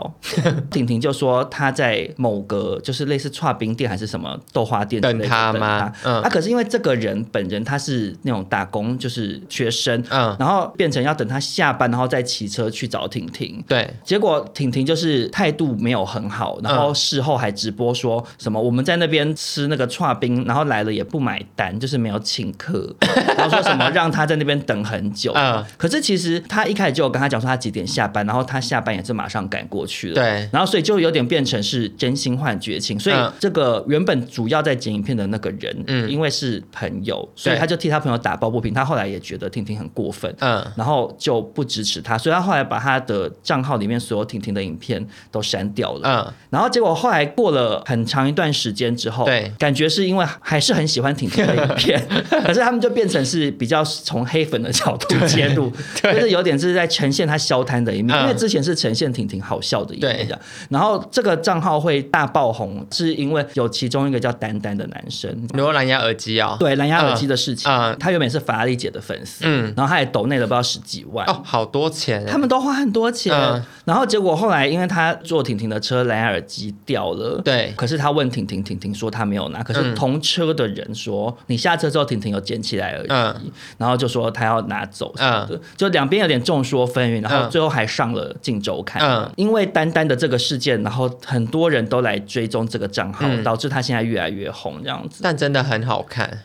B: 婷婷就说她在某个就是类似串冰店还是什么豆花店之类的
A: 等她吗
B: 等她
A: 嗯
B: 啊，可是因为这个人本人他是那种打工就是学生，
A: 嗯
B: 然后变成要等他下班，然后再骑车去找婷婷。
A: 对，
B: 结果婷婷就是态度没有很好，然
A: 嗯
B: 后事后还直播说什么我们在那边吃那个串冰，然后来了也不买单，就是没有请
A: (laughs)
B: 客，然后说什么让他在那边等很久。
A: 嗯
B: 可是其实他一开始就有跟他讲说他几点下班，然后他下班也是马上赶过去了。
A: 对
B: 然后所以就有点变成是真心换绝情，所以
A: 嗯
B: 这个原本主要在剪影片的那个人，
A: 嗯
B: 因为是朋友，所以
A: 对
B: 他就替他朋友打抱不平，他后来也觉得婷婷很过分，
A: 嗯，
B: 然后就不支持他，所以他后来把他的账号里面所有婷婷的影片都删掉了。
A: 嗯，
B: 然后结果后来过了很长一段时间之后，
A: 对
B: 感觉是因为还是很喜欢婷婷的影片，
A: (laughs)
B: 可是他们就变成是比较从黑粉的角度切入，
A: 对
B: 就是有点是在呈现他消高摊的一面，
A: 嗯
B: 因为之前是呈现婷婷好笑的一面
A: 对
B: 这样。然后这个账号会大爆红，是因为有其中一个叫丹丹的男生。
A: 你说蓝牙耳机啊、哦？
B: 对蓝牙耳机的事情，
A: 嗯嗯
B: 他原本是法拉利姐的粉丝，
A: 嗯
B: 然后他也抖内了不知道十几万，
A: 哦，好多钱，
B: 他们都花很多钱，
A: 嗯
B: 然后结果后来因为他坐婷婷的车，蓝牙耳机掉了，
A: 对
B: 可是他问婷婷，婷婷说她没有拿，可是
A: 嗯
B: 同车的人说、你下车之后，婷婷有捡起来而已，
A: 嗯
B: 然后就说她要拿走什么的，就两边有点众说纷纭，然后
A: 嗯
B: 最后还上了《镜周刊》
A: 嗯
B: 因为丹丹的这个事件，然后很多人都来追踪这个账号，
A: 嗯
B: 导致他现在越来越红这样子。
A: 但真的很好看，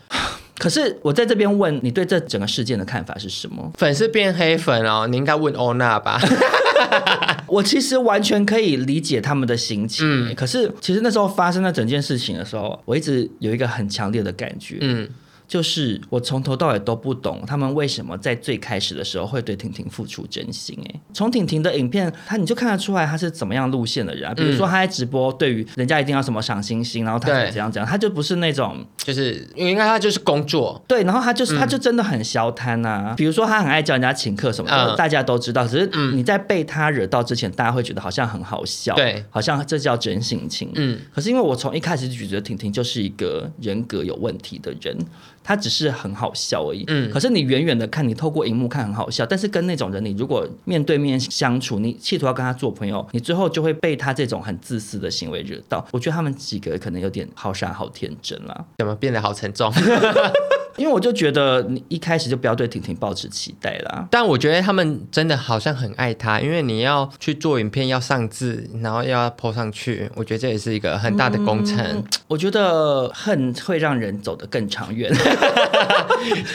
B: 可是我在这边问你对这整个事件的看法是什么？
A: 粉丝变黑粉哦，你应该问欧娜
B: (laughs)
A: 吧？
B: 我其实完全可以理解他们的心情、
A: 嗯
B: 可是其实那时候发生那整件事情的时候，我一直有一个很强烈的感觉，
A: 嗯，
B: 就是我从头到尾都不懂他们为什么在最开始的时候会对婷婷付出真心、欸。从婷婷的影片，她你就看得出来她是怎么样路线的人啊。比如说她在直播，对于人家一定要什么赏星星，然后她
A: 嗯对
B: 怎样怎样，她就不是那种
A: 就是应该他就是工作，
B: 对，然后他
A: 嗯
B: 就是、他就真的很消摊啊。比如说他很爱叫人家请客什么的，
A: 嗯
B: 大家都知道。只是你在被他惹到之前，大家会觉得好像很好笑，
A: 对，
B: 好像这叫真性情。
A: 嗯
B: 可是因为我从一开始就觉得婷婷就是一个人格有问题的人，她只是很好笑而已。
A: 嗯
B: 可是你远远的看，你透过荧幕看很好笑，但是跟那种人，你如果面对面相处，你企图要跟他做朋友，你最后就会被他这种很自私的行为惹到。我觉得他们几个可能有点好傻好天真啦。
A: 怎么变得好沉重？ (laughs)
B: 因为我就觉得你一开始就不要对婷婷抱持期待啦。
A: 但我觉得他们真的好像很爱他，因为你要去做影片，要上字，然后又要 po 上去，我觉得这也是一个很大的工程。
B: 我觉得恨会让人走得更
A: (laughs)
B: 长远，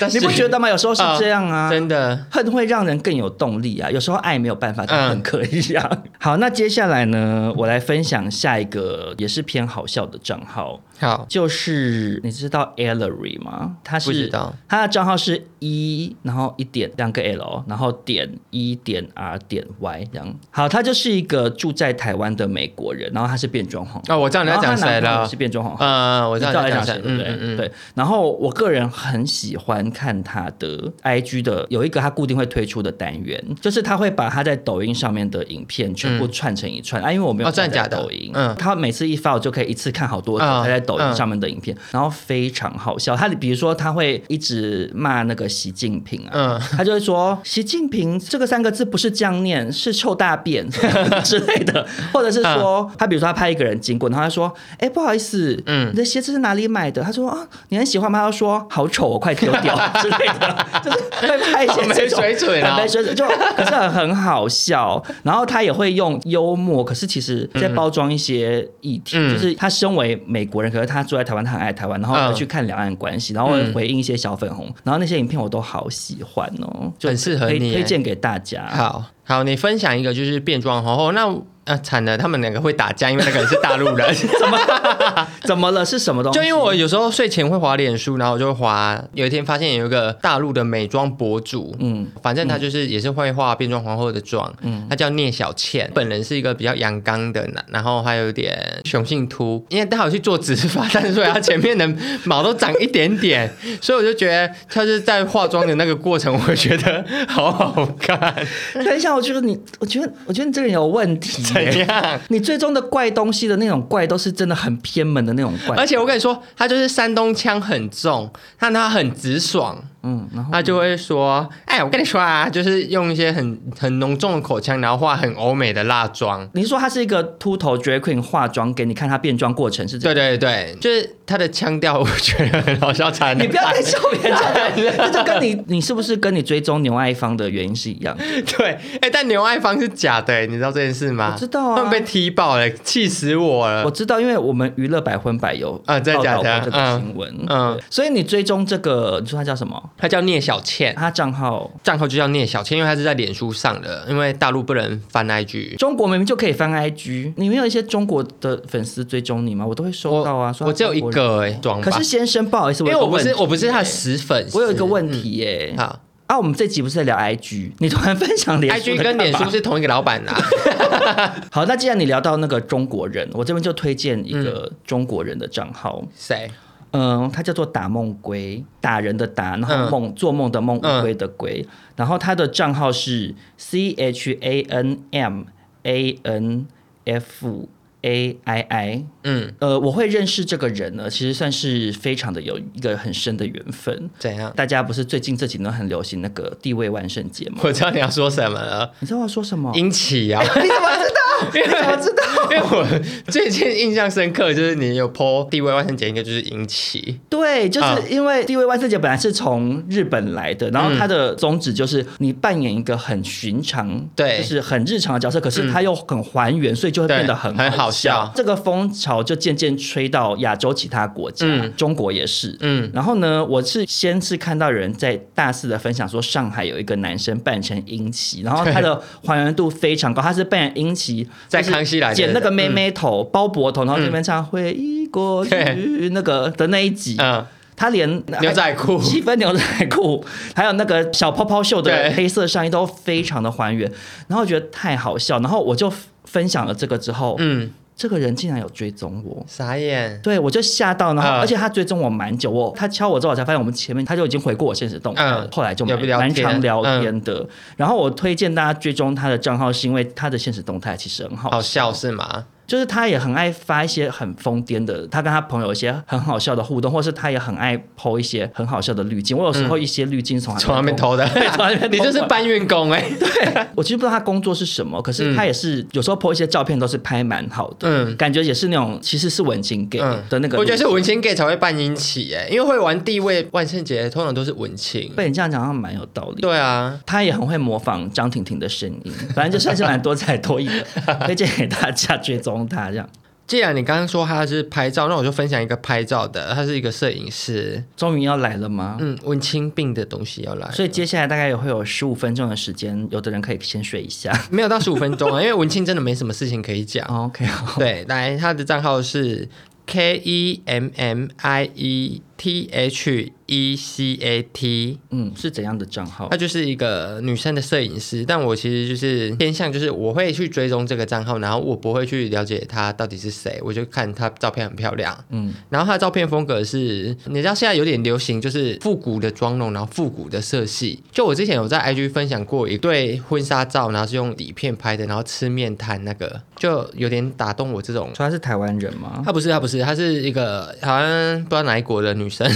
A: 但是
B: 你不觉得吗？有时候是这样啊。
A: 真的，
B: 恨会让人更有动力啊！有时候爱没有办法，
A: 嗯
B: 但恨可以啊。好，那接下来呢，我来分享下一个也是偏好笑的账号，
A: 好，
B: 就是你知道 Ellery 吗？他
A: 不
B: 是
A: 知道
B: 他的账号是一，然后一点两个 L，然后点一点 R 点 Y 这样。好，他就是一个住在台湾的美国人，然后他是变装皇后。
A: 哦，我知道你
B: 然
A: 要
B: 后他
A: 讲谁
B: 男朋友
A: 了
B: 是，变装皇后。
A: 嗯，我
B: 我
A: 知道
B: 知道
A: 你
B: 在
A: 要
B: 讲
A: 讲谁，
B: 谁，
A: 嗯
B: 对不对？对。然后我个人很喜欢看他的 IG 的有一个他固定会推出的单元，就是他会把他在抖音上面的影片全部串成一串、啊，因为我没
A: 嗯
B: 有
A: 哦真的
B: 在
A: 假的
B: 抖音，
A: 嗯
B: 他每次一发我就可以一次看好多
A: 嗯
B: 他在抖音上面的影片，然后非常好笑。他比如说他会一直骂那个习近平啊，
A: 嗯
B: 他就会说习近平这个三个字不是这样念，是臭大便 (laughs) 之类的，或者是说、他比如说他拍一个人经过，然后他说，哎、不好意思，嗯，
A: 嗯
B: 你的鞋子是哪里买的？他说啊，你很喜欢吗？他说好丑，我快丢掉 (laughs) 之类的，就是会拍一些
A: 好没
B: 这种
A: 水准啊
B: 很没水准，就可是很很好笑。然后他也会用幽默，可是其实在包装一些议题，
A: 嗯
B: 就是他身为美国人，可是他住在台湾，他很爱台湾，然后会
A: 嗯
B: 去看两岸关系，然后会
A: 嗯
B: 回应一些小粉红，然后那些影片我都好喜欢哦，就
A: 很适合
B: 推
A: 你耶
B: 推荐给大家。
A: 好好，你分享一个就是变装皇后，那呃惨了，他们两个会打架，因为那个人是大陆 (laughs) 人。
B: 怎么了？是什么东西？
A: 就因为我有时候睡前会滑脸书，然后我就会滑，有一天发现有一个大陆的美妆博主，
B: 嗯
A: 嗯，反正他就是也是会化变装皇后的妆，嗯，他叫聂小倩，本人是一个比较阳刚的男，然后还有点雄性秃，因为他有去做植发，但是所以他前面的毛都长一点 (laughs) 点，所以我就觉得他是在化妆的那个过程，我觉得好好看，
B: 等一下，我觉得你，我觉得，我觉得你这个人有问题
A: (laughs)
B: 耶。
A: 怎样？
B: 你最终的怪东西的那种怪，都是真的很偏门的那种怪
A: 而。且我跟你说，他就是山东腔很重，但他很直爽。
B: 嗯，然后
A: 他就会说：“哎，我跟你说啊，就是用一些很很浓重的口腔，然后画很欧美的蜡妆。
B: 你是说他是一个秃头 drag queen 化妆，给你看他变装过程是”这
A: 对对
B: 样。
A: 对，就是他的腔调，我觉得很好笑。才
B: 你不要再笑别
A: (laughs)
B: 人了，这就跟你，你是不是跟你追踪牛爱芳的原因是一样的？
A: 对，哎，但牛爱芳是假的，你知道这件事吗？
B: 我知道啊
A: 他们被踢爆了，气死我了。
B: 我知道，因为我们娱乐百分百有
A: 啊真的假的
B: 报道过这个新闻，
A: 嗯嗯
B: 对所以你追踪这个，你说他叫什么？
A: 他叫聂小倩，
B: 他账号，
A: 账号就叫聂小倩，因为他是在脸书上的，因为大陆不能翻 IG。
B: 中国明明就可以翻 IG，你没有一些中国的粉丝追踪你吗？我都会收到啊，说他
A: 我只有一
B: 中国人。
A: 个哎，装吧
B: 可是先生，不好意思，
A: 因为
B: 有
A: 我
B: 个
A: 不是
B: 问题
A: 我不是他的
B: 耶
A: 死粉丝，
B: 我有一个问题耶、
A: 嗯。好
B: 啊，我们这集不是在聊 IG，你突然分享脸书的
A: ，IG 跟
B: 干
A: 脸
B: 嘛
A: 书是同一个老板啊啦。
B: 好，
A: 嗯
B: 那既然你聊到那个中国人，我这边就推荐一个中国人的账号，
A: (laughs) 谁？
B: 嗯，它叫做打梦龟，打人的打，然后
A: 嗯
B: 梦、做梦的梦，
A: 嗯
B: 乌龟的龟。然后他的账号是 C H A N M A N F A I I。
A: 嗯，
B: 呃，我会认识这个人呢，其实算是非常的有一个很深的缘分。
A: 怎样？
B: 大家不是最近这几年很流行那个地位万圣节吗？
A: 我知道你要说什么了，
B: 你知道我要说什么？
A: 殷启啊。
B: 你怎么知道？
A: 因为
B: 你怎么知道？
A: (laughs) 因为我最近印象深刻就是你有 PO 地位万圣节，应该就是殷启。
B: 对，就
A: 啊
B: 是因为地位万圣节本来是从日本来的，然后它的宗旨就是你扮演一个很寻常，
A: 对嗯
B: 就是很日常的角色，可是它又很还原，所以就会变得很
A: 对很好
B: 笑
A: 笑。
B: 这个风潮就渐渐吹到亚洲其他国家，
A: 嗯
B: 中国也是。
A: 嗯，
B: 然后呢，我是先是看到有人在大肆的分享说，上海有一个男生扮成殷琦，然后他的还原度非常高，他是扮演殷琦，
A: 在
B: 就是
A: 康熙来的
B: 剪那个妹
A: 嗯
B: 妹头、包脖头，然后这边唱《回忆过去
A: 对》
B: 那个的那一集，
A: 嗯，哎
B: 他连
A: 牛仔裤
B: 七分牛仔裤，还有那个小泡泡袖的
A: 对
B: 黑色上衣都非常的还原，然后觉得太好笑，然后我就分享了这个之后，
A: 嗯，
B: 这个人竟然有追踪我。
A: 傻眼，
B: 对，我就吓到，然后、
A: 嗯
B: 而且他追踪我蛮久，我他敲我之后，我才发现我们前面他就已经回过我现实动态了，
A: 嗯
B: 后来就
A: 有
B: 蛮
A: 聊
B: 蛮
A: 天
B: 常聊
A: 嗯
B: 天的。然后我推荐大家追踪他的账号，是因为他的现实动态其实很好，
A: 好笑是吗？
B: 就是他也很爱发一些很疯癫的，他跟他朋友一些很好笑的互动，或是他也很爱剖一些很好笑的滤镜。我有时候一些滤镜从
A: 嗯从那边
B: 偷。
A: 偷的，
B: (laughs) 对从那边偷
A: (laughs) 你就是搬运工哎、
B: 我其实不知道他工作是什么，可是他也是有时候 po 一些照片都是拍蛮好的，
A: 嗯
B: 感觉也是那种其实是文青 gay 的那个路线、
A: 我觉得是文青 gay 才会扮殷启哎，因为会玩地位万圣节通常都是文青。
B: 被你这样讲好像蛮有道理。
A: 对啊，
B: 他也很会模仿张婷婷的声音，反正就算是蛮多才多艺的，推荐给大家追踪他这样。
A: 既然你刚刚说他是拍照，那我就分享一个拍照的，他是一个摄影师，
B: 终于要来了吗？
A: 嗯，文青病的东西要来了，
B: 所以接下来大概也会有十五分钟的时间，有的人可以先睡一下。
A: 没有到十五分钟啊，因为 (laughs) 文青真的没什么事情可以讲。
B: 哦 OK，好
A: 对，来，他的账号是 K E M M I E T H E C A T，
B: 嗯，是怎样的账号
A: 她？就是一个女生的摄影师。但我其实就是偏向，就是我会去追踪这个账号，然后我不会去了解她到底是谁，我就看她照片很漂亮。
B: 嗯，
A: 然后她的照片风格是，你知道现在有点流行，就是复古的妆容，然后复古的色系。就我之前有在 IG 分享过一对婚纱照，然后是用底片拍的，然后吃面摊那个，就有点打动我这种
B: 说他是台湾人吗？
A: 她不是，她不是，她是一个好像不知道哪一国的女生，
B: (laughs)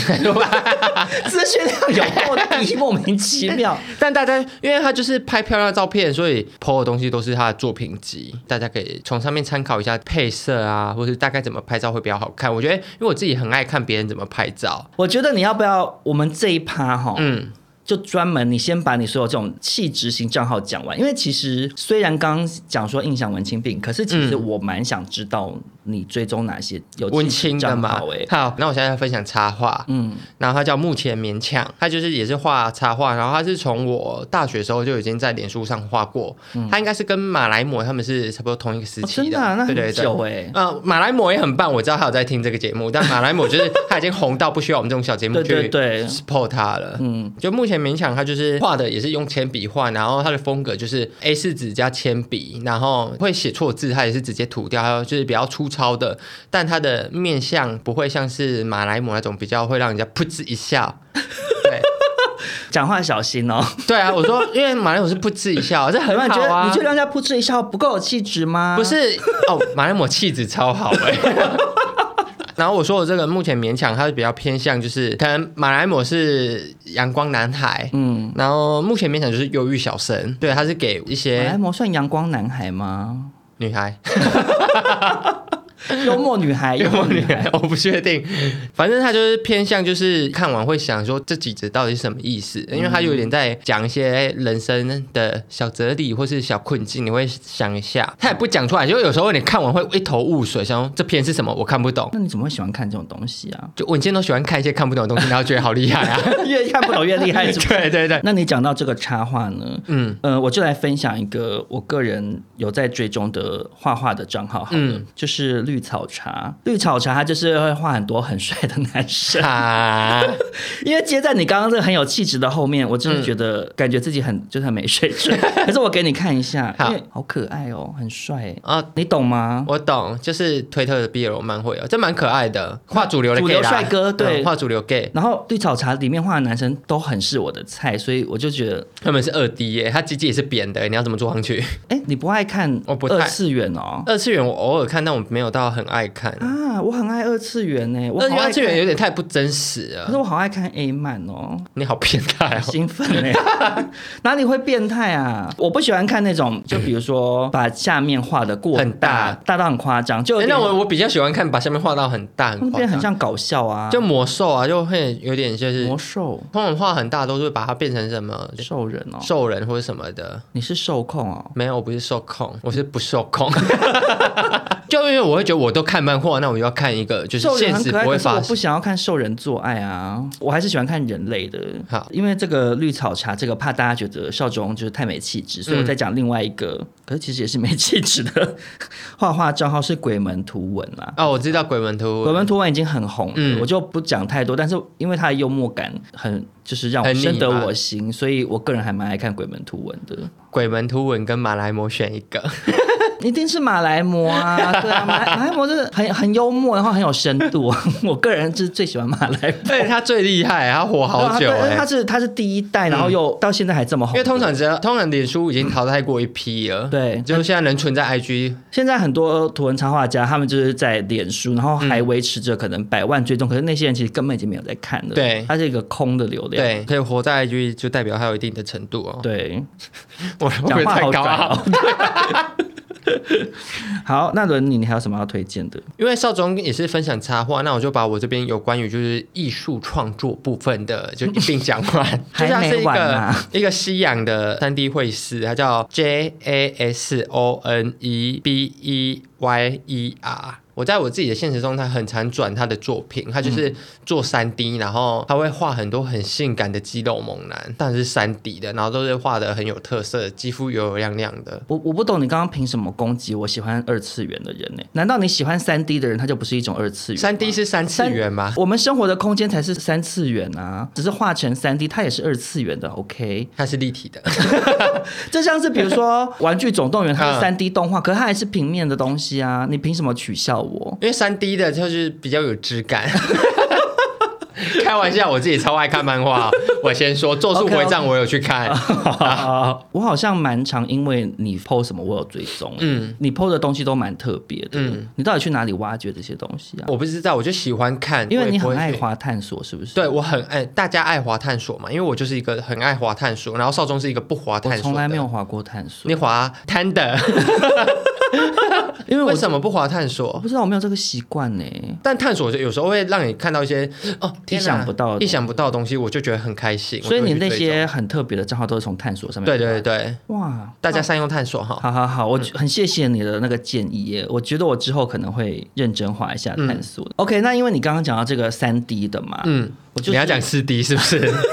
B: 资讯量有够低，莫名其妙。
A: 但大家因为她就是拍漂亮的照片，所以 PO 的东西都是她的作品集，大家可以从上面参考一下配色啊，或是大概怎么拍照会比较好看。我觉得，因为我自己很爱看别人怎么拍照，
B: 我觉得你要不要我们这一趴哈，
A: 嗯，
B: 就专门你先把你所有这种气质型账号讲完，因为其实虽然刚刚讲说印象文青病，可是其实
A: 嗯
B: 我蛮想知道你追踪哪些有
A: 温
B: 气质
A: 馨的
B: 账 (laughs)
A: 嘛
B: 号哎、。
A: 好，那我现在要分享插画，
B: 嗯，
A: 然后他叫目前勉强，他就是也是画插画，然后他是从我大学时候就已经在脸书上画过，他应该是跟马来貘他们是差不多同一个时
B: 嗯哦、
A: 期
B: 真的、啊、那
A: 对
B: 很
A: 对对
B: 久哎、
A: 呃，马来貘也很棒，我知道他有在听这个节目，但马来貘就是他已经红到不需要我们这种小节目
B: (laughs) 对
A: 去
B: 对对
A: support 他了。
B: 嗯，
A: 就目前勉强他就是画的也是用铅笔画，然后他的风格就是 A 4纸加铅笔，然后会写错字，他也是直接涂掉，还有就是比较粗糙的，但他的面相不会像是马来貘那种比较会让人家噗嗤一笑。
B: (laughs)
A: 对
B: 讲话小心哦。
A: 对啊，我说因为马来貘是噗嗤一笑，这很
B: 你觉
A: 好
B: 得、
A: 啊。
B: 你觉得让人家扑哧一笑不够有气质吗？
A: 不是哦，马来貘气质超好哎、
B: (laughs)
A: 然后我说我这个目前勉强，它是比较偏向就是，可能马来貘是阳光男孩，
B: 嗯，
A: 然后目前勉强就是忧郁小生，对，他是给一
B: 马来
A: 些
B: 貘算阳光男孩
A: (laughs)
B: 吗？
A: 女
B: (laughs)
A: 孩，
B: 幽默女孩，幽
A: 幽
B: 默
A: 默
B: 女
A: 女
B: 孩
A: (laughs) 孩，。我不确定，反正他就是偏向就是看完会想说这几集到底是什么意思，
B: 嗯
A: 因为他有点在讲一些人生的小哲理或是小困境，你会想一下，他也不讲出来，就有时候你看完会一头雾水，想说这篇是什么，我看不懂。？
B: 那你怎么会喜欢看这种东西啊 (laughs)
A: 就哦文件都喜欢看一些看不懂的东西，然后觉得好厉害啊！
B: 越看不懂越厉害，是不是？
A: 对对对，
B: 那你讲到这个插画呢？
A: 哎嗯
B: 呃，我就来分享一个我个人有在追踪的画画的账号好了，
A: 嗯
B: 就是绿绿草茶，绿草茶他就是会画很多很帅的男生，
A: 啊，
B: 因为接在你刚刚这个很有气质的后面，我真的觉得
A: 嗯
B: 感觉自己很就是很没水
A: (laughs)
B: 准。可是我给你看一下，因
A: 好
B: 为好可爱哦，很帅欸，
A: 啊，
B: 你懂吗？
A: 我懂，就是推特的 BL 漫会哦，这蛮可爱的，画主流的
B: 主
A: gay
B: 流
A: 啦
B: 帅哥对
A: 嗯画主流 gay，
B: 然后绿草茶里面画的男生都很是我的菜，所以我就觉得，
A: 他们是二 D 耶，他鸡鸡也是扁的，你要怎么做上去？
B: 哎，你不爱看
A: 我不太
B: 二次元哦？
A: 二次元我偶尔看，但我没有到很爱看。
B: 啊，我很爱二次元呢，我
A: 二
B: 好爱
A: 二次元
B: 看
A: 有点太不真实
B: 可是
A: 了，
B: 我好爱看 A 漫哦，
A: 你好变态 (laughs) 哦！
B: 兴奋哎、哪里会变态啊？我不喜欢看那种，就比如说把下面画的过
A: 很大，
B: 大大到很夸张，就有
A: 哎
B: 点
A: 那我我比较喜欢看把下面画到很大
B: 他
A: 很
B: 们
A: 夸
B: 变
A: 张
B: 得很，像搞笑啊，
A: 就魔兽啊，就会有点就是
B: 魔兽
A: 通常画很大都是把它变成什么
B: 兽人哦，
A: 兽人或者什么的。
B: 你是受控哦。
A: 没有，我不是受控，我是不受控。 (laughs) 就因为我会觉得我都看漫画，那我就要看一个就是
B: 兽人
A: 现
B: 很
A: 实
B: 可爱，
A: 不
B: 可
A: 会
B: 是我
A: 发
B: 不
A: 生。
B: 想要看兽人做爱啊，我还是喜欢看人类的。
A: 好
B: 因为这个绿草茶，这个怕大家觉得少中就是太没气
A: 嗯
B: 质，所以我在讲另外一个，可是其实也是没气质的 (laughs) 画画账号是鬼门图文啊啦。
A: 哦，我知道鬼门
B: 鬼
A: 图
B: 门图文已经很红了，
A: 嗯
B: 我就不讲太多。但是因为他的幽默感很，就是让我
A: 很你
B: 深得
A: 吗
B: 我心，所以我个人还蛮爱看鬼门图文的。
A: 鬼门图文跟马来魔选一
B: (laughs)
A: 个，
B: 一定是马来貘啊，对啊，马来马来貘真的很很幽默，然后很有深度。啊 (laughs) 我个人就是最喜欢马来貘。
A: 对他最厉害，他活好久
B: 对啊对
A: 哎、
B: 他是他是第一代，然后又到现在还这么红
A: 因为
B: 的。
A: 通常只要通常脸书已经淘汰过一批了，
B: 对
A: 就是现在能存在 IG，
B: 现在很多图文插画家，他们就是在脸书，然后
A: 嗯
B: 还维持着可能百万追踪，可是那些人其实根本已经没有在看了。
A: 对
B: 它是一个空的流量。
A: 对，可以活在 IG 就代表他有一定的程度哦。
B: 对，
A: 我会不
B: (laughs) 讲
A: 会
B: 话
A: 太
B: 好
A: 高
B: 拽
A: 傲？
B: 哦。 (laughs) 好，那轮你，你还有什么要推荐的？
A: 因为邵总也是分享插画，那我就把我这边有关于就是艺术创作部分的就一并讲完。就是它是
B: (laughs) 还没
A: 一
B: 完
A: 个、呃
B: 啊
A: 一个西洋的三 D 绘师，他叫 J A S O N E B E Y E R。我在我自己的现实中，他很常转他的作品，他就是做三 D，、然后他会画很多很性感的肌肉猛男，但是三 D 的，然后都是画的很有特色，肌肤油油亮亮的。
B: 我我不懂你刚刚凭什么攻击我喜欢二次元的人呢、难道你喜欢三 D 的人，他就不是一种二次元吗？啊
A: 三 D 是三次元吗？
B: 我们生活的空间才是三次元啊，只是画成三 D，它也是二次元的。OK，
A: 它是立体的。
B: 就像是比如说《玩具总动员》，它是
A: 嗯
B: 三 D 动画，可是它还是平面的东西啊，你凭什么取笑我？
A: 因为三 D 的就是比较有质感。 (laughs) 开玩笑，我自己超爱看漫画。我先说《咒术回战》，我有去看。
B: (laughs) 我好像蛮常因为你 PO 什么，我有追踪、嗯
A: 嗯，
B: 你 PO 的东西都蛮特别的。嗯
A: 嗯，
B: 你到底去哪里挖掘这些东西啊？
A: 我不知道，我就喜欢看，
B: 因为你
A: 我也不
B: 很
A: 会
B: 爱
A: 去。
B: 滑探索，是不是？
A: 对，我很爱，大家爱滑探索嘛，因为我就是一个很爱滑探索，然后少中是一个不滑探
B: 我
A: 索，
B: 从来没有。滑过探索
A: 你，滑探的，
B: 因为我
A: 为什么不滑探
B: 我
A: 索？
B: 不知道我没有这个习惯欸呢。
A: 但探索就有时候会让你看到一些哦，天哪
B: 意想不到的
A: 意想不到的东西，我就觉得很开心。
B: 所以
A: 我就会
B: 你
A: 去
B: 那
A: 追
B: 些很特别的账号都是从探索上
A: 踪
B: 面
A: 对对
B: 来的
A: 对，
B: 哇，
A: 大家善用探索哈。
B: 好好好，我很谢谢你的那个建议耶，我觉得我之后可能会认真划一下探索。OK，那因为你刚刚讲到这个三 D 的嘛，
A: 嗯，
B: 我就是
A: 你要讲四 D 是不是？
B: (laughs)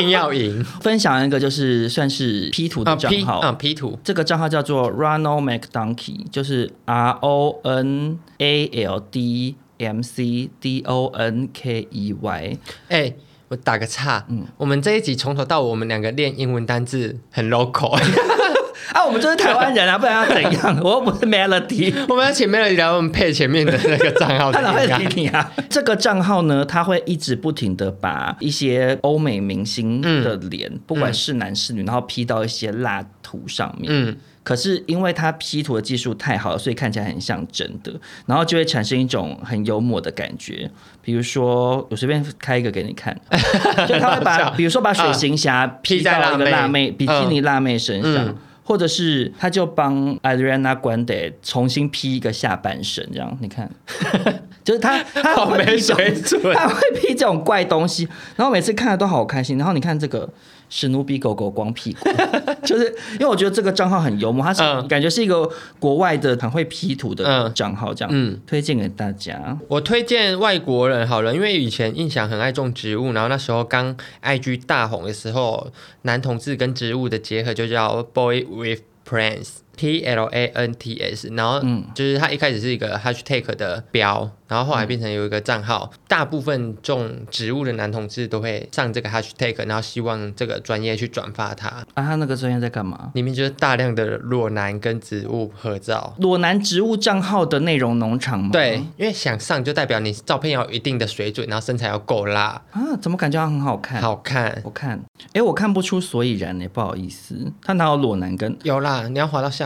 A: 硬要赢
B: 分享一个就是算是 P 图的
A: 啊
B: 账
A: ，P
B: 号。
A: 啊 P 图
B: 这个账号叫做 Ronald McDonkey，就是 R O N A L D M C D O N K E Y。
A: 哎。我打个岔，
B: 嗯
A: 我们这一集从头到尾，我们两个练英文单字很 local， (laughs)
B: 啊，我们就是台湾人啊，不然要怎样？ (laughs) 我又不是 Melody。
A: 我们要前面的聊，我们配前面的那个账号
B: 他哪会
A: 的音
B: 理
A: 啊
B: 你啊？ (laughs) 这个账号呢，他会一直不停的把一些欧美明星的脸，不管是男是女，然后 P 到一些蜡图上面。
A: 嗯，
B: 可是因为他 P 图的技术太好了，所以看起来很像真的，然后就会产生一种很幽默的感觉。比如说，我随便开一个给你 (laughs) 看，就他会
A: 很好
B: 把，
A: 笑
B: 比如说把水行侠 P
A: 在
B: 到一个
A: 辣妹
B: 嗯辣妹比基尼辣妹身上。
A: 嗯
B: 或者是他就帮 Ariana Grande 重新 P 一个下半身，这样你看，就
A: (laughs)
B: 是他他
A: 好
B: 会 P
A: 没
B: 这种
A: 水准
B: 他会 P 这种怪东西，然后每次看的都好开心。然后你看这个史努比狗狗光屁股， (laughs) 就是因为我觉得这个账号很幽默，他是、
A: 嗯
B: 感觉是一个国外的很会 P 图的
A: 嗯
B: 账号，这样、
A: 嗯
B: 推荐给大家。
A: 我推荐外国人好了，因为以前印象很爱种植物，然后那时候刚 IG 大红的时候，男同志跟植物的结合就叫 Boy with Plants。 P L A N T S，然后
B: 嗯
A: 就是它一开始是一个 hashtag 的标，然后后来变成有一个账号。大部分种植物的男同志都会上这个 hashtag，然后希望这个专业去转发它。
B: 啊，他那个专业在干嘛？
A: 里面就是大量的裸男跟植物合照。
B: 裸男植物账号的内容农场吗？
A: 对，因为想上就代表你照片要有一定的水准，然后身材要够辣、
B: 啊，怎么感觉他很好看？，
A: 好看。
B: 我看，哎，我看不出所以然呢，不好意思，他哪有裸男跟？
A: 有啦，你要滑到下面。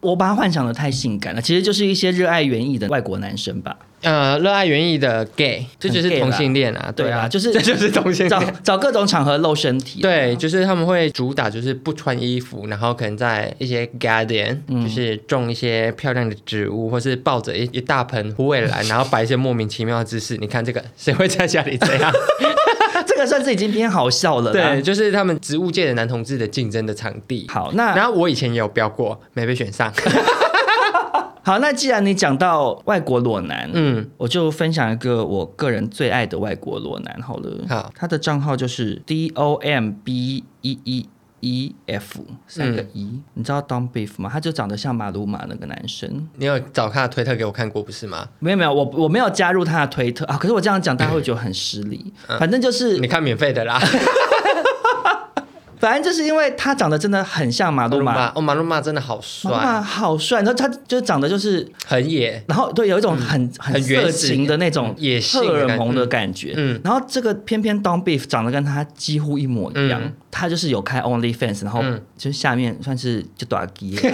B: 我把他幻想的太性感了，其实就是一些热爱园艺的外国男生吧。
A: 呃，热爱园艺的 gay，这就是
B: gay 啦
A: 同性恋啊，
B: 对
A: 啊，
B: 啊，就是
A: 这就是同性
B: 找
A: 恋。
B: 找各种场合露身体。，
A: 对，就是他们会主打就是不穿衣服，然后可能在一些
B: 嗯
A: garden，、就是种一些漂亮的植物，或是抱着一一大盆虎尾
B: (laughs)
A: 兰，然后摆一些莫名其妙的姿势。你看这个，谁会在家里这
B: (laughs)
A: 样？
B: 这个算是已经偏好笑了。
A: 对，，就是他们植物界的男同志的竞争的场地。
B: 好，那
A: 然后我以前也有标过，没被选上。 (laughs)
B: 好，那既然你讲到外国裸男，
A: 嗯，
B: 我就分享一个我个人最爱的外国裸男好了。
A: 好
B: 他的账号就是 D O M B E E E F 三个 E，、你
A: 嗯
B: 知道 Don Beef 吗？他就长得像马鲁马那个男生。
A: 你有找他的推特给我看过不是吗？
B: 没有没有，我我没有加入他的推特啊，可是我这样讲大家会觉得很失礼。反正就是
A: 嗯你看免费的啦，
B: 反正就是因为他长得真的很像马
A: 马路
B: 路马，
A: 马哦，马路马真的好
B: 马路马
A: 帅，
B: 好帅，然后他就长得就是，
A: 很野。
B: 然后对，有一种很、
A: 嗯
B: 很
A: 很原
B: 色
A: 始
B: 情的那种
A: 嗯野性
B: 荷
A: 的
B: 尔
A: 感
B: 蒙
A: 觉
B: 的感觉，
A: 嗯
B: 然后这个偏偏 Don Beef 长得跟他几乎一模一样，
A: 嗯
B: 他就是有开 OnlyFans，然后
A: 嗯
B: 就是下面算是就短鸡。 (laughs)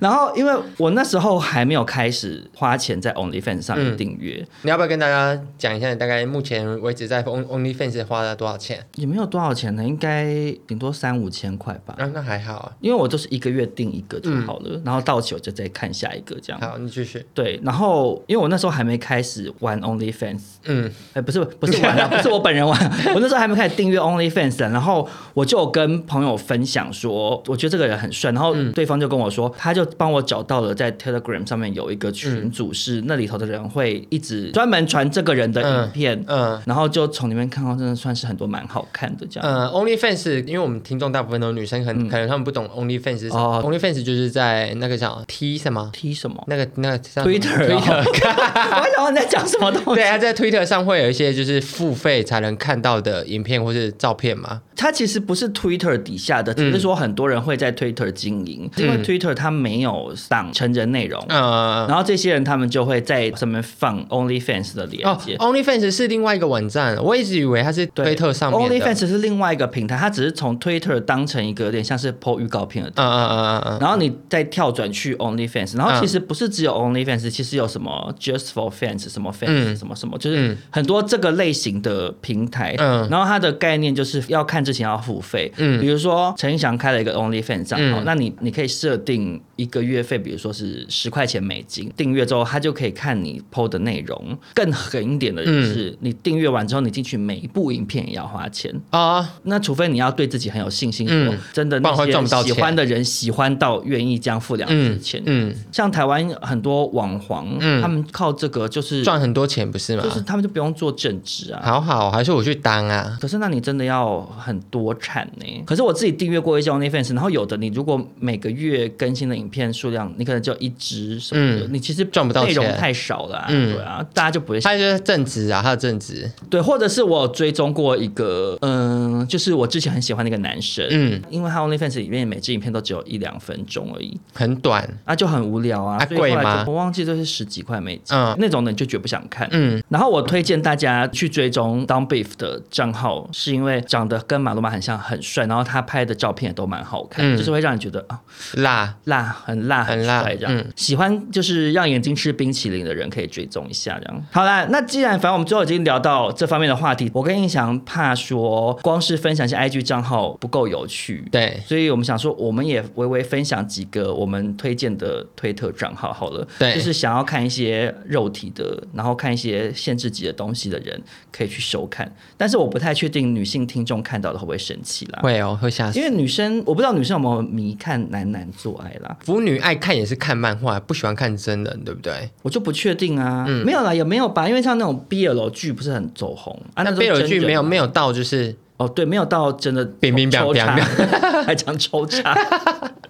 B: 然后，因为我那时候还没有开始花钱在 OnlyFans 上面
A: 嗯
B: 订阅，
A: 你要不要跟大家讲一下，你大概目前为止在 On OnlyFans 花了多少钱？
B: 也没有多少钱呢，应该顶多三五千块吧。
A: 啊，那还好啊。
B: 因为我就是一个月订一个
A: 嗯
B: 就好了，然后到期我就再看下一个这样。
A: 好，你继续。
B: 对，然后因为我那时候还没开始玩 OnlyFans，
A: 嗯，
B: 哎、不是不是 (laughs) 玩啊，不是我本人玩，我那时候还没开始订阅 OnlyFans，啊然后我就有跟朋友分享说，我觉得这个人很帅，然后对方就跟我说，他就帮我找到了在 Telegram 上面有一个群组，是那里头的人会一直专门传这个人的影片，
A: 嗯
B: 然后就从里面看到真的算是很多蛮好看的这样。
A: 呃，OnlyFans，因为我们听众大部分都是女生，可能、可能他们不懂 OnlyFans 是什么。
B: 嗯哦
A: OnlyFans 就是在那个叫 T 什么，
B: 踢什么？
A: 那个那个叫什么
B: Twitter 啊 (laughs) 我还想说你在讲什么东西
A: 对，？他在 Twitter 上会有一些就是付费才能看到的影片或是照片嘛。
B: 它其实不是 Twitter 底下
A: 嗯
B: 的，只是说很多人会在 Twitter 经营，因为 Twitter 它没有上成人内容。
A: 呃，
B: 然后这些人他们就会在上面放 OnlyFans 的链
A: 哦
B: 接。
A: ，OnlyFans 是另外一个网站，我一直以为它是
B: 对
A: 推特上面的。
B: OnlyFans 是另外一个平台，它只是从 Twitter 当成一个有点像是 PO 预告片的地方。
A: 嗯嗯嗯嗯嗯，
B: 然后你再跳转去 OnlyFans，然后其实不是只有 OnlyFans，其实有什么 Just for Fans、什么 Fans、
A: 嗯
B: 什么什么，就是很多这个类型的平台。
A: 嗯
B: 然后它的概念就是要看之前要付费。
A: 嗯
B: 比如说陈意翔开了一个 OnlyFans 账号，
A: 嗯
B: 那你你可以设定一个月费，比如说是十块钱美金，订阅之后他就可以看你 PO 的内容。更狠一点的就是，
A: 嗯
B: 你订阅完之后，你进去每一部影片也要花钱。
A: 啊、
B: 那除非你要对自己很有信心，
A: 嗯
B: 说真的
A: 不
B: 那
A: 然会赚不到
B: 些喜
A: 钱
B: 欢的人喜欢到愿意这样付两次
A: 嗯
B: 钱。
A: 嗯，
B: 像台湾很多网黄，
A: 嗯
B: 他们靠这个就是
A: 赚很多钱不是吗？
B: 就是他们就不用做正职啊。
A: 好好，还是我去当啊？
B: 可是，那你真的要很多产呢、可是我自己订阅过一些 OnlyFans，然后有的你如果每个月更新的影片数量，你可能就一支什么的，
A: 嗯
B: 你其实
A: 赚不到
B: 内容
A: 钱
B: 太少了、啊，
A: 嗯
B: 对啊，大家就不会
A: 他就是正职啊，他的正职。
B: 对，或者是我有追踪过一个，嗯，就是我之前很喜欢的一个男生，
A: 嗯，
B: 因为他 OnlyFans 里面每支影片都只有一两分钟而已，
A: 很短。
B: 啊，就很无聊啊，
A: 啊
B: 所以后
A: 贵
B: 来
A: 吗
B: 就我忘记就是十几块美金，
A: 嗯
B: 那种的你就绝不想看。
A: 嗯，
B: 然后我推荐大家去追踪 Don Beef 的账号，是因为长得跟马路马很像，很帅，然后他拍的照片也都蛮好看，
A: 嗯
B: 就是会让你觉得啊，
A: 辣，
B: 辣，很辣，
A: 很辣
B: 帅这样。
A: 嗯
B: 喜欢就是让眼睛吃冰淇淋的人可以追踪一下这样。好啦，那既然反正我们最后已经聊到这方面的话题，我跟印翔怕说光是分享一下 IG 账号不够有趣。
A: 对
B: 所以我们想说，我们也微微分享几个我们推荐的推特账号好了，
A: 对
B: 就是想要看一些肉体的，然后看一些限制级的东西的人可以去收看，但是我不太确定女性听众看到了会不会生气啦，
A: 会哦，会吓死
B: 因。为女生我不知道女生有没有迷看男男做爱啦，
A: 腐女爱看也是看漫画，不喜欢看真人，对不对？
B: 我就不确定啊，没有啦，也没有吧，因为像那种 BL 剧不是很走红啊，
A: 那
B: 都是
A: 贝尔
B: 真
A: 剧
B: 人
A: 没有
B: 嘛
A: 没有到，就是
B: 哦，对，没有到真的
A: 乒乒乓
B: 抽
A: 乓
B: 插还讲抽查，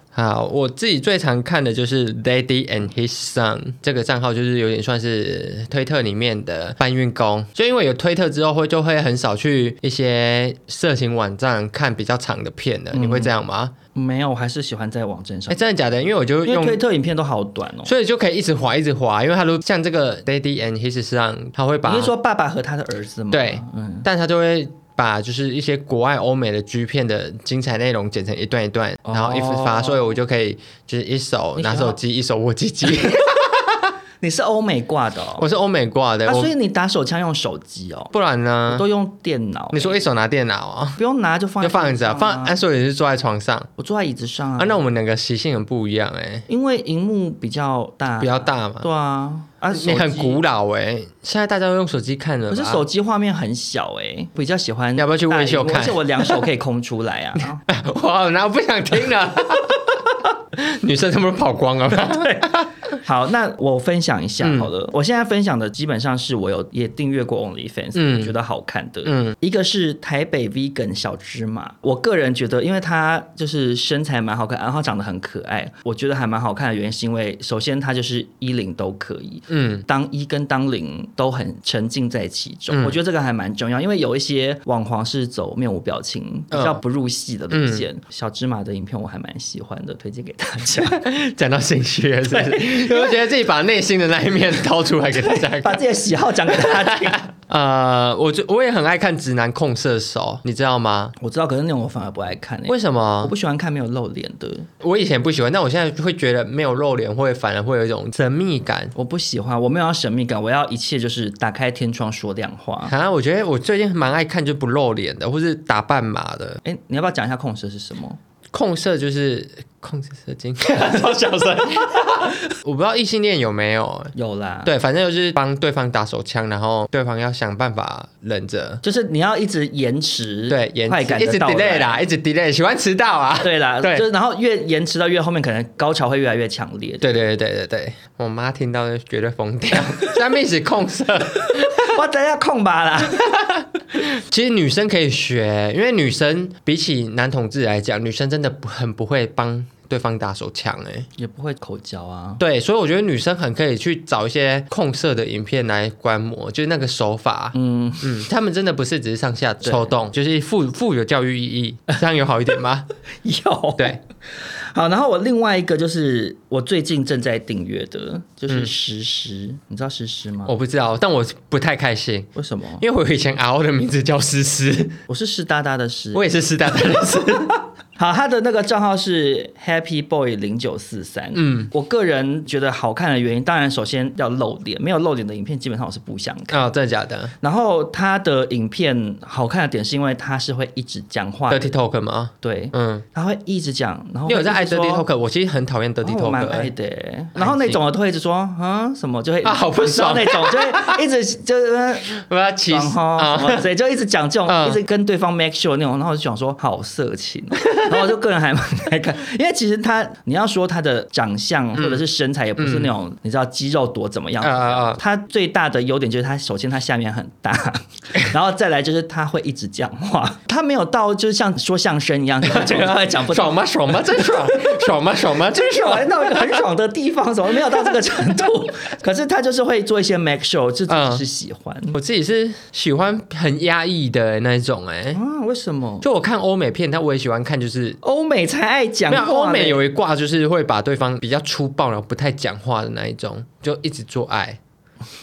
A: 好，我自己最常看的就是 Daddy and His Son 这个账号，就是有点算是推特里面的搬运工。就因为有推特之后，会就会很少去一些色情网站看比较长的片了。
B: 嗯
A: 你会这样吗？
B: 没有，我还是喜欢在网站
A: 哎、
B: 上，
A: 真的假的？因为我就
B: 因为
A: 用
B: 推特影片都好短哦。
A: 所以就可以一直滑，一直滑，因为他如果像这个 Daddy and His Son，他会把
B: 你是说爸爸和他的儿子吗？
A: 对
B: 嗯，
A: 但他就会把就是一些国外欧美的 G 片的精彩内容剪成一段一段，
B: 哦
A: 然后一直发，所以我就可以就是一手
B: 你
A: 拿
B: 喜欢
A: 手机，一手握鸡
B: (laughs)
A: 鸡。
B: 你是欧美挂的哦，
A: 我是欧美挂的，
B: 啊，
A: 我
B: 所以你打手枪用手机哦，
A: 不然
B: 我
A: 呢？
B: 都用电脑。
A: 你说一手拿电脑啊，
B: 不用拿就放
A: 就
B: 在
A: 放
B: 椅子
A: 着啊
B: 上
A: 放，
B: 啊
A: 安硕也是坐在床上啊
B: 我坐在椅子上啊。
A: 那我们两个习性很不一样哎，
B: 因为荧幕比较大，
A: 比较大嘛
B: 对啊，啊，
A: 你很
B: 手机
A: 古老哎，现在大家都用手机看了吧，
B: 可是手机画面很小哎、比较喜欢
A: 要不要去微秀看
B: 大荧幕而且我两手可以空出来
A: (laughs)
B: 啊。
A: 哇，那我不想听 (laughs) 了。女生他们跑光了吧？
B: 好，那我分享一下
A: 嗯
B: 好了。我现在分享的基本上是我有也订阅过 OnlyFans，、
A: 嗯
B: 觉得好看的。
A: 嗯
B: 一个是台北 Vegan 小芝麻，我个人觉得，因为她就是身材蛮好看，然后长得很可爱，我觉得还蛮好看的原因是因为，首先她就是衣领都可以，
A: 嗯，
B: 当一跟当零都很沉浸在其中，
A: 嗯
B: 我觉得这个还蛮重要，因为有一些网黄是走面无表情、比
A: 嗯
B: 较不入戏的路线。小芝麻的影片我还蛮喜欢的，推荐给大家。
A: 啊讲到兴趣了，是不是？因为我觉得自己把内心的那一面掏出来给大家 (laughs)
B: 把
A: 看。
B: 自己的喜好讲给大家听。 (laughs)
A: 呃，我就我也很爱看直男控射手，你知道吗？
B: 我知道，可是那种我反而不爱看、欸，
A: 为什
B: 我
A: 么？
B: 不喜欢看没有露脸的，
A: 我以前不喜欢，但我现在会觉得没有露脸会反而会有一种神秘感。
B: 我不喜欢，我没有要神秘感，我要一切就是打开天窗说亮话。
A: 啊，我觉得我最近蛮爱看就不露脸的，或是打半码的。
B: 哎、你要不要讲一下控蛇是
A: (laughs)
B: 什么？
A: 控射就是控制射精， (laughs) 超小声。我不知道异性恋有没有、
B: (laughs) 有啦，，
A: 啊对，反正就是帮对方打手枪，然后对方要想办法忍着，
B: 就是你要一直延迟，
A: 对，延
B: 快感
A: 迟一直
B: 的到
A: delay
B: 来。
A: 啦，一直 delay，喜欢迟到啊。
B: 对啦，
A: 对
B: 就是然后越延迟到越后面，可能高潮会越来越强烈。
A: 对对对对对对，我妈听到就绝对疯掉。下面是控色，
B: 我等一下空吧啦。
A: (laughs) 其实女生可以学，因为女生比起男同志来讲，女生真的不很不会帮对方打手枪哎、
B: 也不会口交啊。
A: 对，所以我觉得女生很可以去找一些控色的影片来观摩，就是那个手法，
B: 嗯，
A: 嗯，他们真的不是只是上下抽动，就是富富有教育意义，这样有好一点吗？
B: 有。
A: 对，
B: 好，然后我另外一个就是我最近正在订阅的，
A: 嗯
B: 就是实时，你知道实时吗？
A: 我不知道，但我不太开心，
B: 为什么？
A: 因为我以前 RO 的名字叫思
B: (laughs)
A: 思，
B: 我是湿哒哒的湿。
A: 我也是师大的思。
B: (laughs) 好，他的那个账号是 Happy Boy 零九四三。嗯，我个人觉得好看的原因，当然首先要露脸，没有露脸的影片基本上我是不想看。
A: 哦，真的假的
B: 然后他的影片好看的点是因为他是会一直讲话的，
A: ？Dirty Talk 吗？
B: 对，
A: 嗯，
B: 他会一直讲，然后
A: 因为我在爱
B: 一直
A: Dirty
B: 哦说
A: Talk，我其实很讨厌
B: 然
A: Dirty
B: 后我蛮
A: Talk
B: 爱
A: 欸。
B: 的欸，然后那种我都会一直说啊什么，就会
A: 啊好不爽
B: 你知道那种，就会一直就是呃
A: 我要起
B: 然后
A: 啊
B: 什！么之类，就一直讲这种，
A: 嗯
B: 一直跟对方 make sure 那种，然后我就想说好色情哦，然后我就个人
A: (laughs)
B: 还蛮爱看，因为其实他你要说他的长相或者是身材也不是那种你知道肌肉多怎么样
A: 嗯啊。啊啊！
B: 他最大的优点就是他首先他下面很
A: (laughs)
B: 大，然后再来就是他会一直讲话，他没有到就是像说相声一样，总是会讲不
A: (laughs) 爽
B: 懂。
A: 吗？爽吗？真
B: (laughs)
A: 爽！爽吗？爽吗？真
B: 就是
A: 爽！
B: 玩到一个很爽的地方，怎么没有到这个程
A: (laughs)
B: 度？可是他就是会做一些 make sure，就自
A: 嗯
B: 己是喜欢。
A: 我自己是喜欢很压抑的那一种哎，
B: 啊，为什么？
A: 就我看欧美片，但我也喜欢看就是。
B: 欧美才爱讲
A: 没有
B: 话嘞，
A: 欧美有一挂就是会把对方比较粗暴，然后不太讲话的那一种，就一直做爱。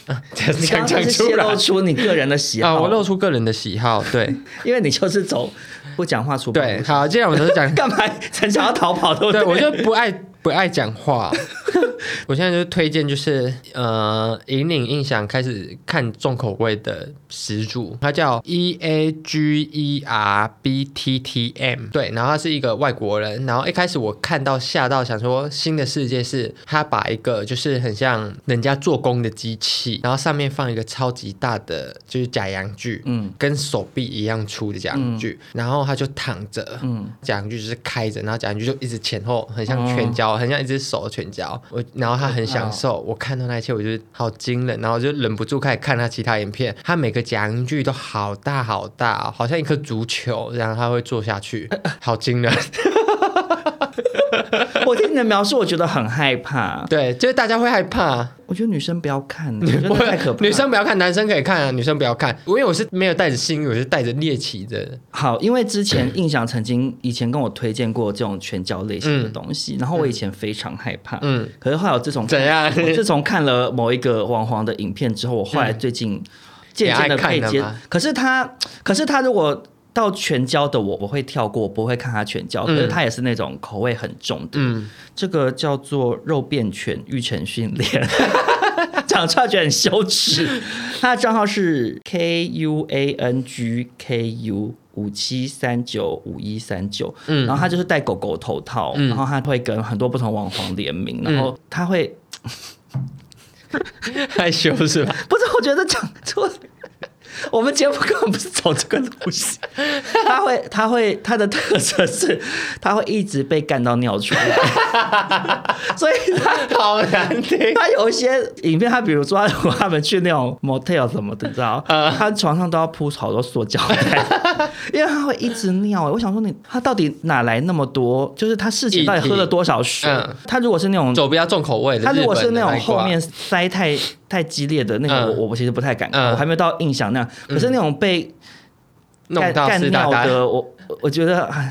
A: 啊、这
B: (laughs) 你刚
A: 样
B: 刚
A: 讲
B: 是
A: 出
B: 泄
A: 来
B: 露出你个人的喜
A: (laughs) 啊，
B: 好，
A: 我露出个人的喜好，
B: (laughs)
A: 对
B: 因为你就是走不讲话出不
A: 对。好，既然我们都是讲
B: 干嘛很想要逃跑，对不
A: 对，我
B: 对
A: 就不爱不爱讲话。 (laughs) 我现在就推荐就是呃，引领印象开始看重口味的始祖，他叫 E A G E R B T T M，对，然后他是一个外国人，然后一开始我看到吓到，想说新的世界是他把一个就是很像人家做工的机器，然后上面放一个超级大的就是假阳具，嗯，跟手臂一样粗的假阳具，
B: 嗯
A: 然后他就躺着，嗯，假阳具就是开着，然后假阳具就一直前后，很
B: 嗯
A: 像拳交，很像一只手的拳交，我然后他很享受，
B: 嗯
A: 我看到那一切，我觉得好惊人，然后我就忍不住开始看他其他影片，他每个假阳具都好大
B: (laughs)
A: 好大哦、好像一颗足球，然后他会坐下去，好惊人。
B: 我听你的描述，我觉得很害怕。
A: 对，就是大家会害怕。
B: 我觉得女生不要
A: (laughs)
B: 看，我觉得
A: 不会
B: 太可怕。
A: 女生不要看，男生可以看啊，女生不要看。因为我是没有带着性欲，我是带着猎奇
B: (laughs)
A: 的。
B: 好，因为之前印象曾经以前跟我推荐过这种拳脚类型的东西，然后我以前非常害怕。
A: 嗯，
B: 可是后来我自从
A: 怎样
B: (laughs)
A: (laughs)
B: 我自从看了某一个网黄的影片之后，我后来最近渐渐
A: 嗯也
B: 的
A: 爱看
B: 可以
A: 了
B: 接
A: 吗。
B: 可是他，可是他如果到全交的我，我会跳过，我不会看他全交。可是他也是那种口味很重的，
A: 嗯，
B: 这个叫做肉变犬育成训练。 (laughs) 讲出来觉得很羞耻。他的账号是 K U A N G K U 五七三九五一三九，
A: 嗯
B: 然后他就是戴狗狗头套，然后他会跟很多不同网红联名，
A: 嗯
B: 然后他会
A: 害羞是吧？
B: (laughs) 不是，我觉得讲错了。我们节目根本不是走这个路线，他会，他会，他的特色是，他会一直被干到尿出来， (laughs) 所以他
A: 好难听。
B: 他有一些影片，他比如说他他们去那种 motel 什么的，你
A: (laughs)
B: 知道，
A: 啊
B: 他床上都要铺好多塑胶袋，因为他会一直尿。我想说你，他到底哪来那么多？就是他事前到底喝了多少水
A: 液体嗯？
B: 他如果是那种
A: 走比较重口味的，
B: 他如果
A: 日
B: 是
A: 本的
B: 那
A: 一
B: 种
A: 挂
B: 后面塞
A: (laughs)
B: 太太激烈的那个，
A: 嗯
B: 我我其实不太敢看，
A: 嗯
B: 我还没有到印象那样。可是那种被
A: 弄
B: 干
A: 到
B: 干
A: 湿哒
B: 尿
A: 哒。
B: 的，我我我觉得还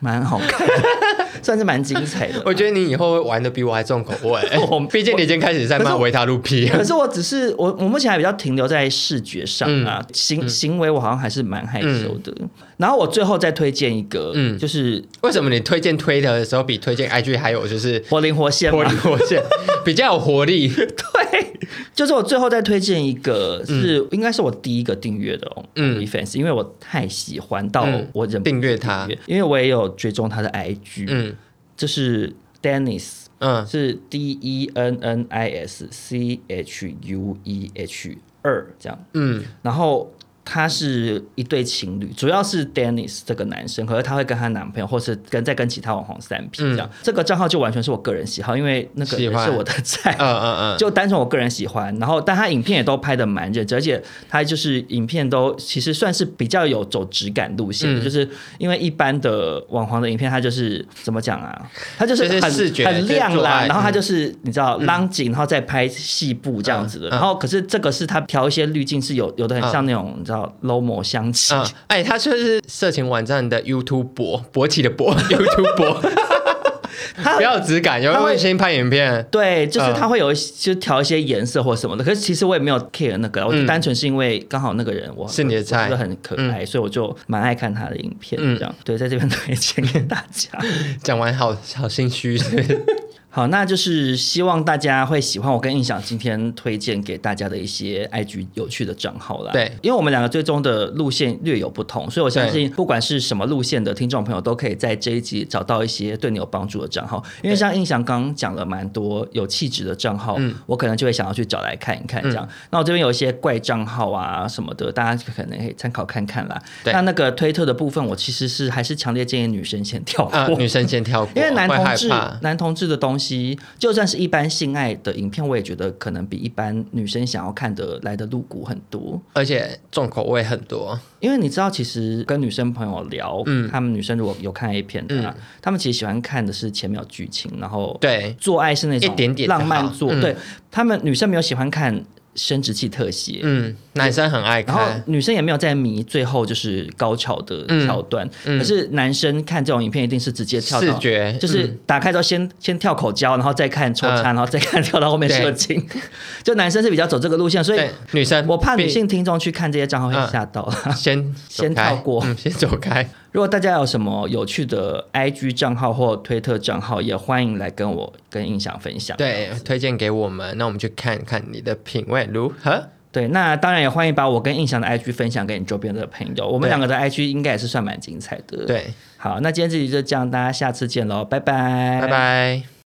B: 蛮好看的， (laughs) 算是蛮精彩的。
A: (laughs) 我觉得你以后会玩的比我还重口味
B: (laughs) 我。
A: (laughs) 毕竟你已经开始在
B: 可
A: 骂
B: 是
A: 维他露 P
B: 可是我只是我我目前还比较停留在视觉上
A: 嗯
B: 啊，行行为我好像还是蛮害羞的。然后我最后再推荐一个，
A: 嗯
B: 就是
A: (laughs) 为什么你推荐推特的时候比推荐 IG 还有
B: (laughs)
A: 就是
B: 活灵活现
A: 活
B: 嘛
A: 力，活现，比较有活
B: (laughs)
A: 力？
B: 对，就是我最后再推荐一个是，应该是我第一个订阅的哦，
A: 嗯
B: 嗯，fans，因为我太喜欢到
A: 嗯
B: 我忍不住
A: 订阅他
B: 订阅因为我也有追踪他的 IG，、
A: 嗯
B: 就是 Dennis，
A: 嗯
B: 是 D E N N I S C H U E H 二这样，
A: 嗯
B: 然后。他是一对情侣，主要是 Dennis 这个男生，可是他会跟她男朋友，或是跟再跟其他网红三 P 这样。这个账号就完全是我个人喜好，因为那个
A: 嗯喜
B: 人
A: 欢
B: 是我的 (laughs) 菜
A: 嗯。嗯嗯，
B: 就单纯我个人喜欢，然后但他影片也都拍的蛮认真，而且他就是影片都其实算是比较有走质感路线的，
A: 嗯
B: 就是因为一般的网黄的影片，它就是怎么讲啊，它就是
A: 就是
B: 很
A: 视觉
B: 很亮
A: 就是做
B: 啦
A: 爱，嗯
B: 然后它就是你知道浪景，然后再拍细部这样子的，
A: 嗯嗯
B: 然后可是这个是他调一些滤镜，是有有的很像那种你知道 low 模香气，
A: 嗯，哎，他就是色情网站的 YouTube 博勃起的博 (laughs) YouTube 博，
B: (laughs) 他
A: 不要有质感，有没
B: 他
A: 有
B: 会
A: 先拍影片？
B: 对，就是
A: 嗯
B: 他会有一些就调一些颜色或什么的，可是其实我也没有 care 那个，我就单纯是因为刚好那个人我
A: 嗯是你的
B: 我
A: 菜
B: 我觉得很可爱，所以我就蛮爱看他的影片，
A: 嗯
B: 这样对，在这边推荐给大家。
A: 讲完好好心
B: (laughs)
A: 虚，是不是
B: 好，那就是希望大家会喜欢我跟印象今天推荐给大家的一些 IG 有趣的账号啦。
A: 对
B: 因为我们两个最终的路线略有不同，所以我相信不管是什么路线的听众朋友，都可以在这一集找到一些对你有帮助的账号。因为像印象刚刚讲了蛮多有气质的账号，
A: 嗯
B: 我可能就会想要去找来看一看这样。那我这边有一些怪账号啊什么的，大家可能可以参考看看啦。
A: 对
B: 那那个推特的部分，我其实是还是强烈建议女生先跳过。
A: 啊，女生先跳过，
B: 因为男
A: 会害
B: 同志
A: 怕。
B: 男同志的东西，就算是一般性爱的影片，我也觉得可能比一般女生想要看的来的露骨很多。
A: 而且重口味很多，
B: 因为你知道，其实跟女生朋友聊，嗯，他们女生如果有看 A 片的、
A: 嗯
B: 啊，他们其实喜欢看的是前面有剧情，然后
A: 对
B: 做爱是那种
A: 一点点就好
B: 浪漫做，
A: 嗯
B: 对他们女生没有喜欢看生殖器特写，
A: 嗯，男生很爱
B: 然后
A: 看，
B: 女生也没有在迷最后就是高潮的
A: 嗯
B: 桥段，可是男生看这种影片一定是直接跳
A: 视
B: 到
A: 觉
B: 就是
A: 嗯
B: 打开之后先、先跳口交，然后再看抽插，
A: 嗯
B: 然后再看跳到后面射精。就男生是比较走这个路线，所以
A: 对呃嗯女生
B: 我怕女
A: 必
B: 性听众去看这些账号会吓到。
A: 先走
B: 先
A: 开
B: 跳过
A: 嗯，先走开。
B: (laughs) 如果大家有什么有趣的 IG 账号或推特账号，也欢迎来跟我跟印象分 (laughs) 享。
A: 对，推荐给我们，那我们去看看你的品味如何。
B: 对，那当然也欢迎把我跟印象的 IG 分享给你周边的朋友。我
A: 对
B: 们两个的 IG 应该也是算蛮精彩的。。
A: 对，
B: 好，那今天这集就这样，大家下次见喽，拜拜，
A: 拜。拜。